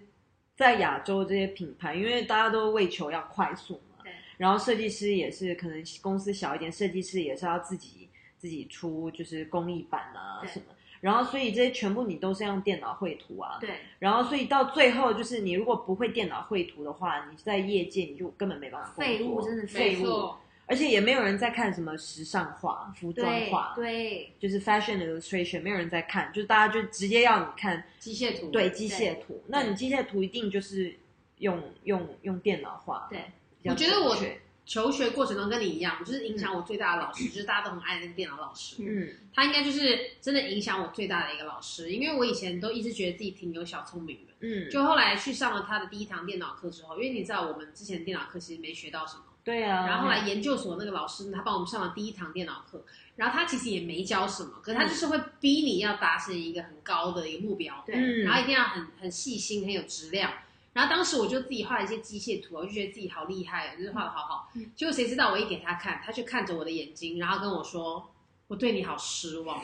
Speaker 3: 在亚洲这些品牌，因为大家都为求要快速嘛
Speaker 2: 对，
Speaker 3: 然后设计师也是可能公司小一点，设计师也是要自己自己出就是工艺版啊
Speaker 2: 对
Speaker 3: 什么，然后所以这些全部你都是用电脑绘图啊，
Speaker 2: 对
Speaker 3: 然后所以到最后就是你如果不会电脑绘图的话，你在业界你就根本没办法工作
Speaker 2: 废物真的是
Speaker 1: 没
Speaker 3: 废物。
Speaker 1: 错，
Speaker 3: 而且也没有人在看什么时尚画、服装
Speaker 2: 对
Speaker 3: 画，
Speaker 2: 对，
Speaker 3: 就是 fashion illustration，没有人在看，就是大家就直接要你看
Speaker 1: 机械图
Speaker 3: 对机械图，那你机械图一定就是用用用电脑画，
Speaker 2: 对
Speaker 3: 比较
Speaker 1: 我
Speaker 3: 准
Speaker 1: 觉
Speaker 3: 确，
Speaker 1: 得我求学过程中跟你一样，就是影响我最大的老师，就是大家都很爱那个电脑老师。
Speaker 3: 嗯
Speaker 1: 他应该就是真的影响我最大的一个老师，因为我以前都一直觉得自己挺有小聪明的，
Speaker 3: 嗯，
Speaker 1: 就后来去上了他的第一堂电脑课之后，因为你知道我们之前电脑课其实没学到什么，
Speaker 3: 对啊，
Speaker 1: 然后后
Speaker 2: 嗯
Speaker 1: 来研究所那个老师呢他帮我们上了第一堂电脑课，然后他其实也没教什么，可是他
Speaker 2: 嗯
Speaker 1: 就是会逼你要达成一个很高的一个目标，
Speaker 2: 对
Speaker 3: 嗯，
Speaker 1: 然后一定要很很细心，很有质量。然后当时我就自己画了一些机械图，我就觉得自己好厉害哦，就是画的好好。
Speaker 2: 嗯
Speaker 1: 结果谁知道我一给他看，他就看着我的眼睛，然后跟我说：“我对你好失 望。”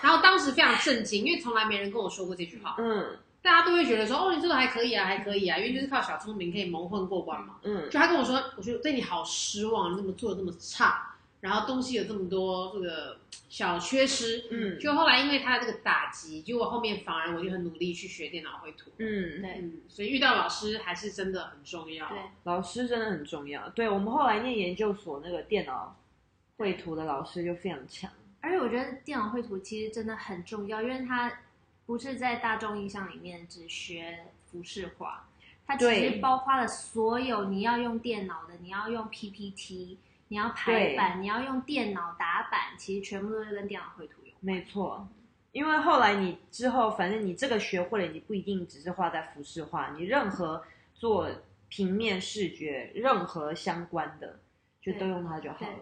Speaker 1: 然后当时非常震惊，因为从来没人跟我说过这句话，
Speaker 3: 嗯
Speaker 1: 大家都会觉得说：“哦，你这个还可以啊，还可以啊，因为就是靠小聪明可以蒙混过关嘛。”
Speaker 3: 嗯，
Speaker 1: 就他跟我说，我觉得对你好失望，你怎么做的这么差，然后东西有这么多这个小缺失，
Speaker 3: 嗯
Speaker 1: 就后来因为他的这个打击，就我后面反而我就很努力去学电脑绘图，
Speaker 3: 嗯，
Speaker 2: 对
Speaker 1: 嗯，所以遇到老师还是真的很重要，
Speaker 2: 对
Speaker 3: 老师真的很重要。对我们后来念研究所那个电脑绘图的老师就非常强，
Speaker 2: 而且我觉得电脑绘图其实真的很重要，因为它不是在大众印象里面只学服饰画，它其
Speaker 3: 对
Speaker 2: 实包括了所有你要用电脑的，你要用 PPT，你要排版，你要用电脑打版，其实全部都是跟电脑绘图有关。
Speaker 3: 没错，因为后来你之后，反正你这个学会了，你不一定只是画在服饰画，你任何做平面视觉，任何相关的，就都用它就好了。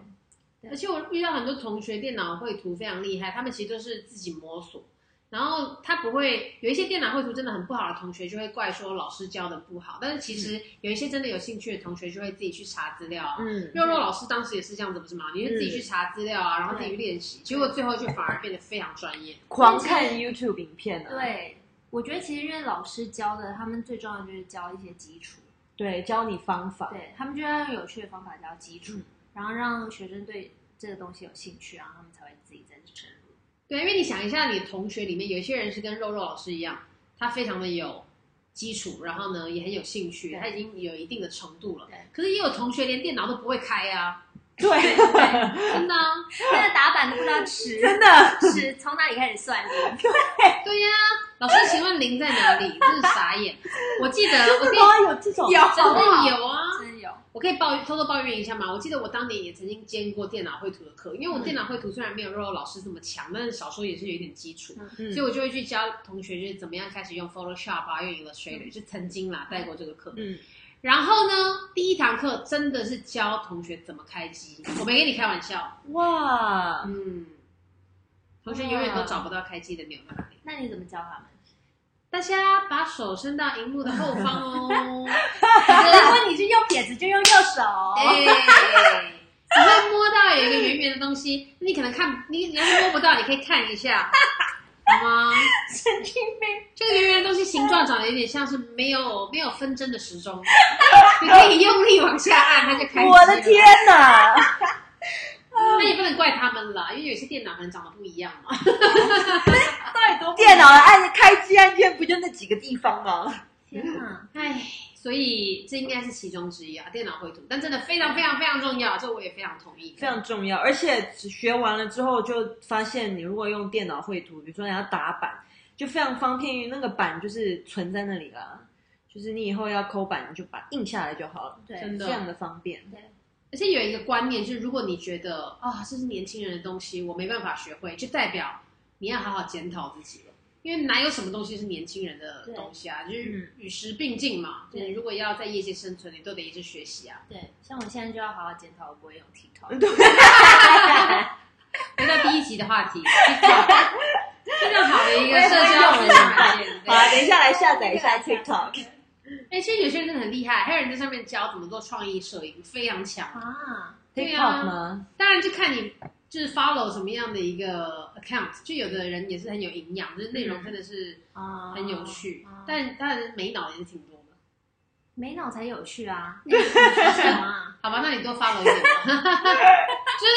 Speaker 1: 而且我遇到很多同学电脑绘图非常厉害，他们其实都是自己摸索，然后他不会有一些电脑绘图真的很不好的同学就会怪说老师教的不好，但是其实有一些真的有兴趣的同学就会自己去查资料啊。
Speaker 3: 嗯，
Speaker 1: 肉肉老师当时也是这样子，不是吗？你就自己
Speaker 2: 嗯
Speaker 1: 去查资料啊，然后自己去练习，结果最后就反而变得非常专业。
Speaker 3: 狂看 YouTube 影片啊，
Speaker 2: 对，我觉得其实因为老师教的，他们最重要的就是教一些基础，
Speaker 3: 对，教你方法，
Speaker 2: 对他们就要用有趣的方法教基础，
Speaker 3: 嗯
Speaker 2: 然后让学生对这个东西有兴趣，然后他们才会自己再去深入。
Speaker 1: 对，因为你想一下，你同学里面有一些人是跟肉肉老师一样，他非常的有基础，然后呢也很有兴趣，
Speaker 2: 对
Speaker 1: 他已经有一定的程度了
Speaker 2: 对。
Speaker 1: 可是也有同学连电脑都不会开啊，
Speaker 3: 对，
Speaker 1: 真的啊、
Speaker 2: 那个打板都不知道尺
Speaker 3: 真的，
Speaker 2: 尺从哪里开始算的，
Speaker 1: 对呀、老师，请问零在哪里？真是傻眼。我记得我可以
Speaker 3: 哇，有这种
Speaker 2: 有
Speaker 1: 真的有啊，
Speaker 2: 真的有，
Speaker 1: 我可以抱怨偷偷抱怨一下吗？我记得我当年也曾经兼过电脑绘图的课，
Speaker 3: 嗯
Speaker 1: 因为我电脑绘图虽然没有肉肉老师这么强，但是少说也是有一点基础，
Speaker 3: 嗯
Speaker 1: 所以我就会去教同学就是怎么样开始用 Photoshop 啊，用 Illustrator，、就曾经啦带过这个课。
Speaker 3: 嗯，
Speaker 1: 然后呢，第一堂课真的是教同学怎么开机，我没跟你开玩笑，
Speaker 3: 哇，
Speaker 1: 嗯，同学永远都找不到开机的钮在哪里。
Speaker 2: 那你怎么教他们？
Speaker 1: 大家把手伸到荧幕的后方 哦。
Speaker 2: 如果你是右撇子，就用右手。
Speaker 1: 哎， 你哦会摸到有一个圆圆的东西，你可能看你你要是摸不到，你可以看一下，好吗？
Speaker 2: 神经病！
Speaker 1: 这个圆圆的东西形状长得有点像是没有没有分针的时钟，你可以用力往下按，它就开。
Speaker 3: 我的天！哪！
Speaker 1: 那也不能怪他们啦，因为有些电脑可能长得不一样嘛。
Speaker 2: 到底多不
Speaker 3: 电脑的按开机按键不就那几个地方吗？
Speaker 2: 天哪！
Speaker 1: 哎，所以这应该是其中之一啊，电脑绘图，但真的非常非常非常重要，这我也非常同意。
Speaker 3: 非常重要，而且学完了之后就发现，你如果用电脑绘图，比如说你要打板，就非常方便，因为那个板就是存在那里了，就是你以后要抠板，你就把它印下来就好了，
Speaker 2: 对
Speaker 1: 真的
Speaker 3: 非常的方便。
Speaker 1: 而且有一个观念，就是如果你觉得啊、这是年轻人的东西，我没办法学会，就代表你要好好检讨自己了。因为哪有什么东西是年轻人的东西啊？就是与时并进嘛。
Speaker 2: 对
Speaker 1: 你如果要在业界生存，你都得一直学习 啊。
Speaker 2: 对，像我现在就要好好检讨，我不会用 TikTok。
Speaker 3: 对，
Speaker 1: 回到第一集的话题， 非常好的一个社交媒体软件。
Speaker 3: 好啊，等一下来下载一啊下
Speaker 2: 对
Speaker 3: TikTok。
Speaker 1: 哎，其实有些人真的很厉害，还有人在上面教怎么做创意摄影，非常强。
Speaker 2: 啊，
Speaker 1: 对
Speaker 3: TikTok
Speaker 1: 啊
Speaker 3: 吗？
Speaker 1: 当然就看你就是 follow 什么样的一个 account，就有的人也是很有营养，就是内容真的是
Speaker 2: 啊
Speaker 1: 很有趣，
Speaker 2: 啊
Speaker 1: 但但没脑也是挺多的。
Speaker 2: 没脑才有趣 啊！那你说什么啊？
Speaker 1: 好吧，那你多 follow 一点吧。 就是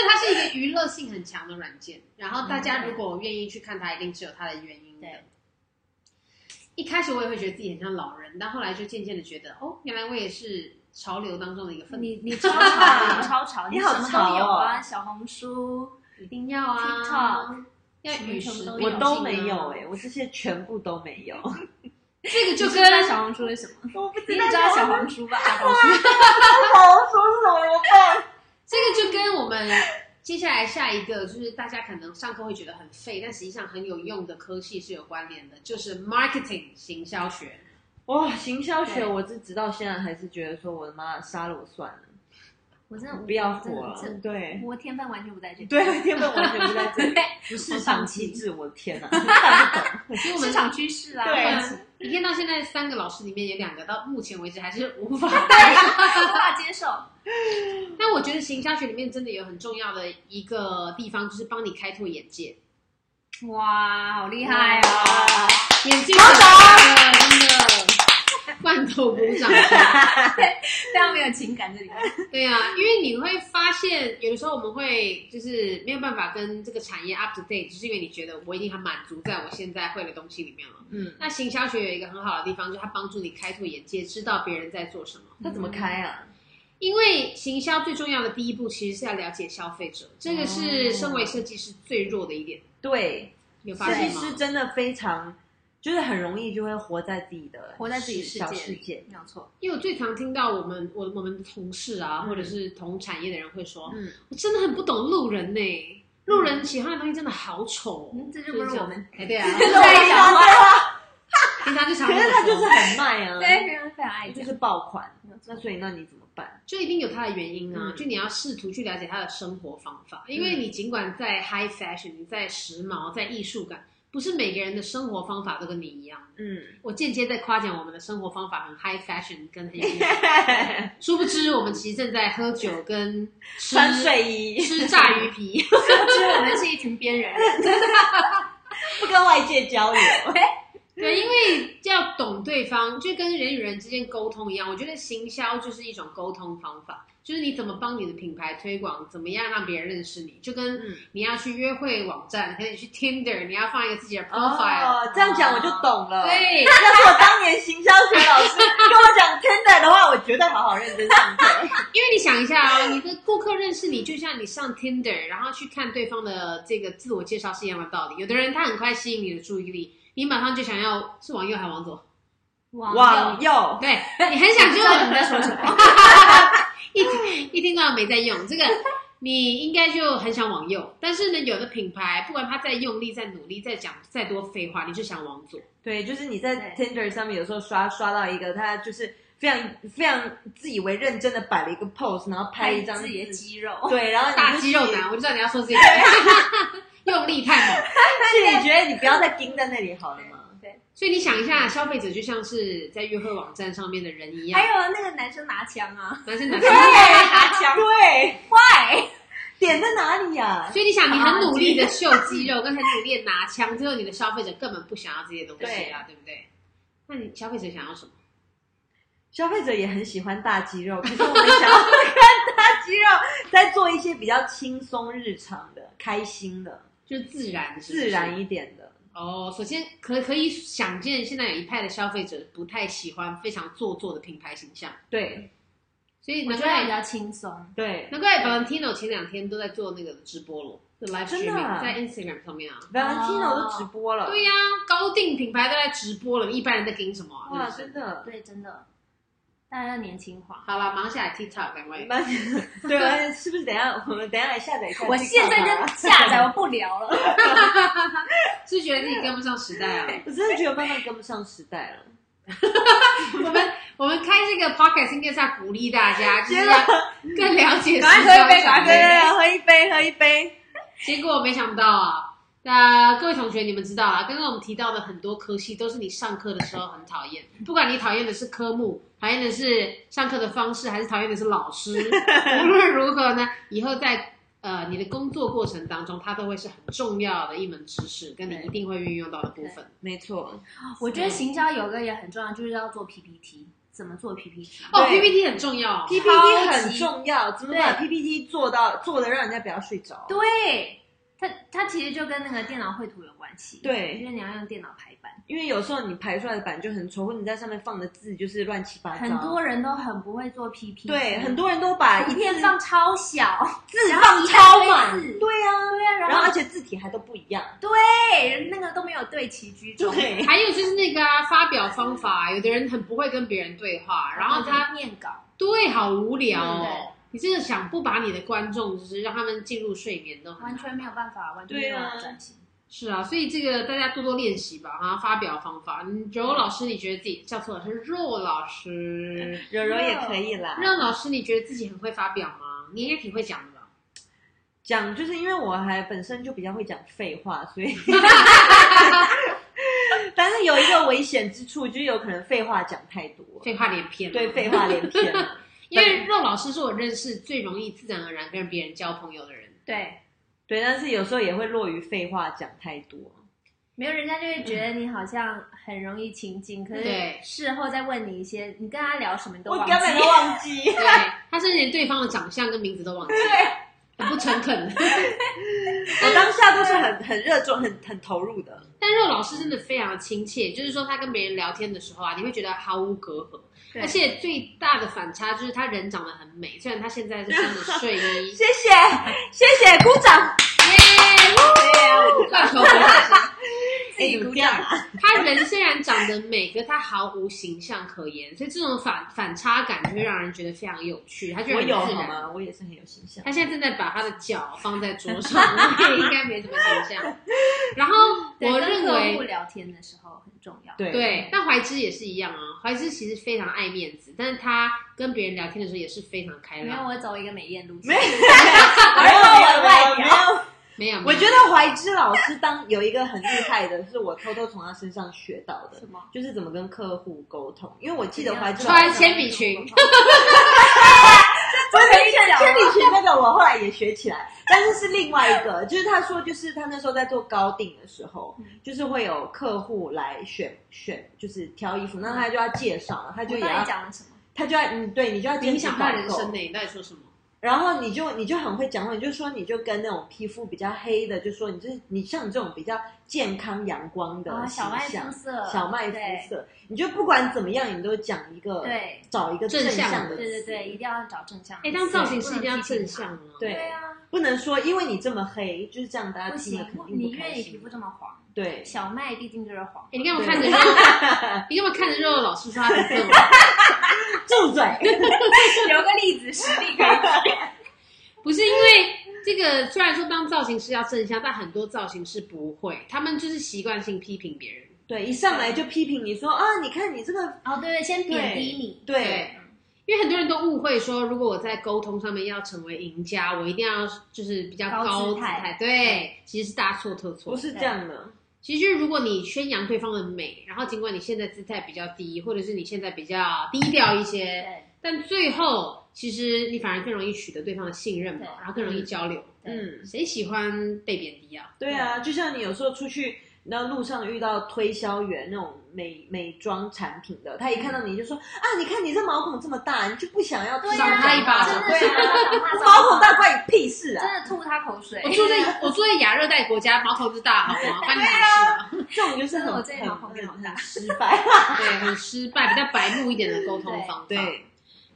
Speaker 1: 它是一个娱乐性很强的软件，然后大家如果愿意去看它，一定是有它的原因的
Speaker 2: 对。
Speaker 1: 一开始我也会觉得自己很像老人，但后来就渐渐的觉得，哦，原来我也是潮流当中的一个分子。
Speaker 2: 你你超潮，你 超潮，
Speaker 3: 你
Speaker 2: 你
Speaker 3: 好
Speaker 2: 什么
Speaker 3: 潮
Speaker 2: 都有啊！
Speaker 3: 哦
Speaker 2: 小红书、
Speaker 1: 一定要啊
Speaker 2: TikTok，
Speaker 1: 要与时
Speaker 2: 什么
Speaker 3: 我
Speaker 2: 有啊
Speaker 3: 都没有哎、
Speaker 1: 哎，
Speaker 3: 我这些全部都没有。
Speaker 1: 这个就
Speaker 2: 你知
Speaker 1: 跟
Speaker 2: 不知道小红书是什么？
Speaker 3: 我不
Speaker 2: 你也知道小红书 吧？小红书
Speaker 3: 小红书是什么？我看
Speaker 1: 这个就跟我们接下来下一个，就是大家可能上课会觉得很废，但实际上很有用的科系是有关联的，就是 marketing 行销学。
Speaker 3: 哇，行销学
Speaker 2: 对
Speaker 3: 我是直到现在还是觉得说，我的妈，杀了我算了。
Speaker 2: 我真的
Speaker 3: 不要火了
Speaker 2: 真的，
Speaker 3: 对
Speaker 2: 真的我天分完全不在这里。
Speaker 3: 对，天分完全不在这 里，不
Speaker 2: 我
Speaker 3: 是
Speaker 2: 放
Speaker 3: 上
Speaker 2: 弃
Speaker 3: 机制，我的天 哪，看不懂。
Speaker 1: 其实我们
Speaker 2: 市场趋势啊啦，
Speaker 3: 对
Speaker 2: 我们
Speaker 1: 一天到现在，三个老师里面有两个到目前为止还是无 法。
Speaker 2: 无法接受。
Speaker 1: 但我觉得行销学里面真的有很重要的一个地方，就是帮你开拓眼界。
Speaker 2: 哇，好厉
Speaker 1: 害
Speaker 2: 害
Speaker 1: 哦
Speaker 2: 哦！
Speaker 1: 眼界很大的，真的，罐头鼓掌。
Speaker 2: 非常没有情感这里面。
Speaker 1: 对啊，因为你会发现，有的时候我们会就是没有办法跟这个产业 up to date，就是因为你觉得我已经很满足在我现在会的东西里面了。
Speaker 3: 嗯，
Speaker 1: 那行销学有一个很好的地方，就是它帮助你开拓眼界，知道别人在做什么。
Speaker 3: 那怎么开啊？
Speaker 1: 因为行销最重要的第一步，其实是要了解消费者，这个是
Speaker 3: 哦
Speaker 1: 身为设计师最弱的一点，
Speaker 3: 对，
Speaker 1: 有发
Speaker 3: 设计
Speaker 1: 现
Speaker 3: 师
Speaker 1: 吗？
Speaker 3: 真的非常，就是很容易就会活在自己的
Speaker 2: 活在自己世界
Speaker 3: 小
Speaker 2: 里
Speaker 3: 世界。
Speaker 2: 没有错，
Speaker 1: 因为我最常听到我们我我们的同事啊，
Speaker 3: 嗯
Speaker 1: 或者是同产业的人会说，
Speaker 3: 嗯，
Speaker 1: 我真的很不懂路人呢、路人喜欢的东西真的好丑哦。
Speaker 2: 嗯这就不是我们，
Speaker 1: 哎，对啊，
Speaker 2: 这是我们想
Speaker 3: 对
Speaker 2: 法。
Speaker 1: 平常就常
Speaker 3: 可是他就是很卖啊，
Speaker 2: 对，非常非常爱
Speaker 3: 就
Speaker 2: 讲，
Speaker 3: 是爆款。那所以那你怎么办？
Speaker 1: 就一定有它的原因啊，
Speaker 3: 嗯
Speaker 1: 就你要试图去了解他的生活方法，因为你尽管在 high fashion，你在时髦，在艺术感，不是每个人的生活方法都跟你一样。
Speaker 3: 嗯，
Speaker 1: 我间接在夸奖我们的生活方法很 high fashion，跟很有艺术
Speaker 3: 嗯
Speaker 1: 殊不知我们其实正在喝酒跟吃
Speaker 3: 穿睡 衣，
Speaker 1: 吃炸鱼皮，
Speaker 2: 其实我们是一群边缘 人，
Speaker 3: 不跟外界交 流。
Speaker 1: 对，因为要懂对方，就跟人与人之间沟通一样，我觉得行销就是一种沟通方法，就是你怎么帮你的品牌推广，怎么样让别人认识你，就跟
Speaker 3: 嗯
Speaker 1: 你要去约会网站，可以去 Tinder，你要放一个自己的 profile，、
Speaker 3: 哦这样讲我就懂了。
Speaker 1: 对，
Speaker 3: 要是我当年行销学老 师跟我讲 Tinder 的话，我绝对好好认真上课。
Speaker 1: 因为你想一下哦，你的顾客认识你，就像你上 Tinder，然后去看对方的这个自我介绍是一样的道理。有的人他很快吸引你的注意力，你马上就想要是往右还往左，
Speaker 3: 网友，
Speaker 1: 对你很想就
Speaker 2: 知道你在说什 么，
Speaker 1: 一听一听到没在用这个，你应该就很想往右。但是呢，有的品牌不管他再用力、再努力、再讲再多废话，你就想往左。
Speaker 3: 对，就是你在
Speaker 2: 对
Speaker 3: Tinder 上面有时候刷刷到一个，他就是非常非常自以为认真的摆了一个 pose，然后拍一张
Speaker 2: 自己的肌肉，
Speaker 3: 对，然后你就
Speaker 1: 大肌肉男，我就知道你要说这个， 用力太猛。
Speaker 3: 是你觉得你不要再盯在那里好了吗？
Speaker 2: 对，
Speaker 1: 所以你想一下，消费者就像是在约会网站上面的人一样
Speaker 2: 还，有那个男生拿枪啊，
Speaker 1: 男生男
Speaker 3: 对
Speaker 1: 生。
Speaker 3: 拿枪， 对，
Speaker 2: 坏，
Speaker 3: 点在哪里呀、
Speaker 1: 所以你想，你很努力的秀肌肉，跟很努力的拿枪，最后你的消费者根本不想要这些东西啊，对不对？那你消费者想要什么？
Speaker 3: 消费者也很喜欢大肌肉，可是我们想要看大肌肉在做一些比较轻松、日常的、开心的、
Speaker 1: 就是自然，是不是
Speaker 3: 自然一点的。
Speaker 1: 哦，首先可可以想见，现在有一派的消费者不太喜欢非常做作的品牌形象，
Speaker 3: 对
Speaker 1: 所以
Speaker 2: 我
Speaker 1: 难
Speaker 2: 觉得比
Speaker 1: 怪
Speaker 2: 较轻松，
Speaker 3: 对
Speaker 1: 难怪 Valentino 前两天都在做那个直播了，就 live
Speaker 3: 真的
Speaker 1: streaming、
Speaker 3: 啊
Speaker 1: 在 Instagram 上面啊。
Speaker 3: ，Valentino 都直播了，
Speaker 1: 对呀、高定品牌都在直播了，一般人在盯什么、啊？
Speaker 3: 哇，
Speaker 1: 是不
Speaker 3: 真
Speaker 1: 是
Speaker 3: 的。
Speaker 2: 对，真的，大家要年轻化。
Speaker 1: 好了，忙下来 TikTok 两位。
Speaker 3: 蛮 对啊，是不是？等一下我们等一下来下载一下 TikTok 啊。
Speaker 2: 我现在就下载，我不聊了。
Speaker 1: 是觉得自己跟不上时代啊？
Speaker 3: 我真的觉得慢慢跟不上时代了。
Speaker 1: 我们我们开这个 podcast 应该是要鼓励大家，就是
Speaker 3: 真
Speaker 1: 要更了解时
Speaker 3: 赶快喝一杯，啊
Speaker 1: 尚美。
Speaker 3: 赶快对对对，喝一杯，喝一杯。
Speaker 1: 结果没想到啊，那、各位同学，你们知道啊，刚刚我们提到的很多科系都是你上课的时候很讨厌，不管你讨厌的是科目，讨厌的是上课的方式，还是讨厌的是老 师，无论如何呢，以后在呃你的工作过程当中，它都会是很重要的一门知识，跟你一定会运用到的部分。
Speaker 3: 没错，
Speaker 2: 我觉得行销有个也很重要，就是要做 PPT，怎么做 PPT？
Speaker 1: 哦
Speaker 3: 对
Speaker 1: ，PPT 很重要、哦。
Speaker 3: PPT 很重要，怎么把
Speaker 2: 对
Speaker 3: PPT 做到做的让人家不要睡着？
Speaker 2: 对，它它其实就跟那个电脑绘图有关系。
Speaker 3: 对
Speaker 2: 因为你要用电脑排版，
Speaker 3: 因为有时候你排出来的版就很丑，或者你在上面放的字就是乱七八糟。
Speaker 2: 很多人都很不会做 PPT，
Speaker 3: 对，很多人都把
Speaker 2: 图
Speaker 3: 一
Speaker 2: 片
Speaker 3: 字
Speaker 2: 放超小，
Speaker 3: 字
Speaker 2: 然后
Speaker 3: 放
Speaker 2: 一
Speaker 3: 超
Speaker 2: 大
Speaker 3: 满，
Speaker 2: 堆字
Speaker 3: 对啊，
Speaker 2: 对啊，
Speaker 3: 然
Speaker 2: 然
Speaker 3: 后而
Speaker 2: 后
Speaker 3: 且字体还都不一样。
Speaker 2: 对那个都没有对齐居中，
Speaker 3: 对，
Speaker 1: 还有就是那个啊、发表方法，有的人很不会跟别人对话，然后他
Speaker 2: 念稿，
Speaker 1: 对，好无聊哦
Speaker 2: 对对。
Speaker 1: 你真的想不把你的观众，就是让他们进入睡眠都很难
Speaker 2: 完全没有办法，完全没
Speaker 3: 对
Speaker 2: 有
Speaker 3: 啊
Speaker 2: 办法转型。
Speaker 1: 是啊，所以这个大家多多练习吧哈。发表方法，嗯柔老师你觉得自己叫错了是肉老 师，
Speaker 3: 柔柔也
Speaker 2: 嗯
Speaker 3: 可以啦，
Speaker 1: 肉老师你觉得自己很会发表吗？你应该挺会讲的吧？
Speaker 3: 讲就是因为我还本身就比较会讲废话，所 以，但是有一个危险之处，就是有可能废话讲太多，
Speaker 1: 废话连篇，啊
Speaker 3: 对，废。话连篇了。
Speaker 1: 因为肉老师是我认识最容易自然而然跟别人交朋友的人。
Speaker 2: 对，
Speaker 3: 对，但是有时候也会落于废话讲太多。
Speaker 2: 没有人家就会觉得你好像很容易亲近，可
Speaker 1: 对
Speaker 2: 是事后再问你一些，你跟他聊什么你都
Speaker 3: 我
Speaker 2: 忘记
Speaker 3: 根本都忘 记。
Speaker 1: 对，他甚至连对方的长相跟名字都忘记，对，很不诚恳。
Speaker 3: 我当下都是很很热衷、很很投入的。
Speaker 1: 但肉老师真的非常的亲切，就是说他跟别人聊天的时候啊，你会觉得毫无隔阂，
Speaker 2: 对
Speaker 1: 而且最大的反差就是他人长得很美，虽然他现在是穿着睡衣，
Speaker 3: 谢谢，谢谢，鼓掌。
Speaker 1: 耶，
Speaker 3: 对呀，
Speaker 1: 棒球鼓掌声。
Speaker 3: 自己鼓掌啊！
Speaker 1: 他人虽然长得美，可是他毫无形象可言，所以这种反反差感就会让人觉得非常有趣，他就
Speaker 3: 我
Speaker 1: 很自
Speaker 3: 有好
Speaker 1: 然。
Speaker 3: 吗？我也是很有形 象。
Speaker 1: 他现在正在把他的脚放在桌上，我也应该没什么形象。 然后
Speaker 2: 对
Speaker 1: 我
Speaker 2: 跟
Speaker 1: 认
Speaker 2: 客户
Speaker 1: 为。
Speaker 2: 聊天的时候很重要。
Speaker 3: 对
Speaker 1: 对，但怀之也是一样啊。怀之其实非常爱面子，但是他跟别人聊天的时候也是非常开
Speaker 2: 没有，
Speaker 1: 朗。
Speaker 2: 我走一个美艳路线。
Speaker 3: 没有，没有，没有，没有。
Speaker 1: 没有，没有
Speaker 3: 我觉得怀之老师当有一个很厉害的，是我偷偷从他身上学到的
Speaker 2: 什，么？
Speaker 3: 就是怎么跟客户沟通。因为我记得怀之老
Speaker 1: 穿
Speaker 3: 师，啊
Speaker 1: 铅笔裙
Speaker 2: 真的遇得
Speaker 3: 铅
Speaker 2: 了
Speaker 3: 笔裙那个我后来也学起来，但是是另外一个，就是他说，就是他那时候在做高定的时候，就是会有客户来选选，就是挑衣服，那他就要介绍嘛，他就
Speaker 2: 我
Speaker 3: 也
Speaker 2: 到
Speaker 3: 要
Speaker 2: 底，讲了什么？
Speaker 3: 他就要，嗯，对你就要
Speaker 1: 影
Speaker 3: 坚持
Speaker 1: 响
Speaker 3: 导
Speaker 1: 他人
Speaker 3: 购
Speaker 1: 生呢。你到底说什么？
Speaker 3: 然后你就你就很会讲话，你就说你就跟那种皮肤比较黑的，就说你就是你像你这种比较健康阳光的
Speaker 2: 啊，
Speaker 3: 形
Speaker 2: 小麦
Speaker 3: 象
Speaker 2: 肤色，
Speaker 3: 小麦肤色，你就不管怎么样，你都讲一个
Speaker 2: 对
Speaker 3: 找一个
Speaker 1: 正向
Speaker 3: 向
Speaker 1: 的
Speaker 3: 的，
Speaker 2: 对，对对对，一定要找正向的。
Speaker 1: 哎，当造型师一定要
Speaker 2: 不能批
Speaker 1: 正
Speaker 2: 评他
Speaker 1: 向啊。
Speaker 3: 对
Speaker 2: 对啊，
Speaker 3: 不能说因为你这么黑就是这样，大家
Speaker 2: 不
Speaker 3: 听了
Speaker 2: 行
Speaker 3: 肯，定
Speaker 2: 你
Speaker 3: 不
Speaker 2: 因
Speaker 3: 开
Speaker 2: 为你
Speaker 3: 心。
Speaker 2: 皮肤这么黄，
Speaker 3: 对，
Speaker 2: 小麦毕竟就是黄
Speaker 1: 哎，。你干嘛看着肉？ 你干嘛看着肉？老师说他很啊笨。
Speaker 3: 住嘴！
Speaker 2: 留个例子，实例 可以。
Speaker 1: 不是因为这个，虽然说当造型师要正向，但很多造型师不会，他们就是习惯性批评别人。
Speaker 3: 对，一上来就批评你说啊，你看你这个
Speaker 2: 哦，对对，先贬低你。
Speaker 3: 对，
Speaker 1: 因为很多人都误会说，如果我在沟通上面要成为赢家，我一定要就是比较
Speaker 2: 高姿
Speaker 1: 高姿
Speaker 2: 态
Speaker 1: 态。对，其实是大错特错。
Speaker 3: 不是这样的。
Speaker 1: 其实，如果你宣扬对方的美，然后尽管你现在姿态比较低，或者是你现在比较低调一些，
Speaker 2: 对
Speaker 1: 但最后其实你反而更容易取得对方的信任嘛
Speaker 2: 对，
Speaker 1: 然后更容易交流。
Speaker 2: 对
Speaker 3: 嗯，
Speaker 1: 谁喜欢被贬低啊？
Speaker 3: 对啊，就像你有时候出去，然后路上遇到推销员那种美美妆产品的，他一看到你就说啊，你看你这毛孔这么大，你就不想要
Speaker 2: 对
Speaker 1: 赏
Speaker 2: 啊，
Speaker 1: 他一巴掌
Speaker 2: 真的
Speaker 3: 对
Speaker 2: 是
Speaker 3: 啊，
Speaker 2: 赏他
Speaker 3: 毛孔大关你屁事啊！
Speaker 2: 真的吐他口水
Speaker 1: 我。住在我住在亚热带国家，毛孔之大，好吗？关你什么事
Speaker 3: 这种就是很
Speaker 2: 我这里毛孔
Speaker 3: 很
Speaker 2: 变好
Speaker 3: 很
Speaker 2: 大
Speaker 3: 很失败。
Speaker 1: 啊？ 对，很失败，比较白目一点的沟通方法。
Speaker 3: 对，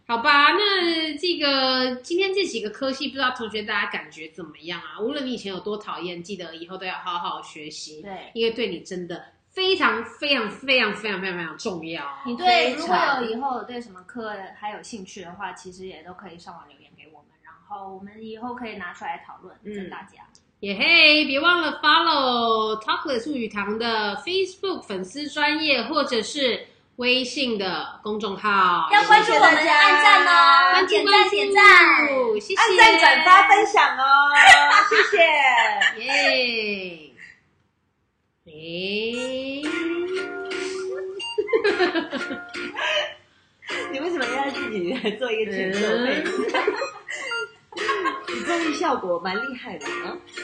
Speaker 1: 好吧，那这个今天这几个科系，不知道同学大家感觉怎么样啊？无论你以前有多讨厌，记得以后都要好好学习，
Speaker 2: 对，
Speaker 1: 因为对你真的非常非常非常非常非常非常重要。
Speaker 2: 你对
Speaker 3: 非
Speaker 2: 如果
Speaker 3: 常
Speaker 2: 有以后对什么课还有兴趣的话，其实也都可以上网留言给我们，然后我们以后可以拿出来讨论
Speaker 3: 嗯
Speaker 2: 跟大家。
Speaker 1: 也嘿，别忘了 follow Talkless 物语堂的 Facebook 粉丝专业，或者是微信的公众号，
Speaker 2: 要关注我们，
Speaker 3: 谢谢大家
Speaker 2: 按赞哦，
Speaker 1: 关注
Speaker 2: 点
Speaker 1: 关
Speaker 2: 赞
Speaker 1: 注
Speaker 2: 点赞。，
Speaker 1: 谢谢，
Speaker 3: 按赞、转发、分享 哦，谢谢。
Speaker 1: 耶！诶，
Speaker 3: 你为什么要自己来嗯做一个前奏？你综艺效果蛮厉害的啊！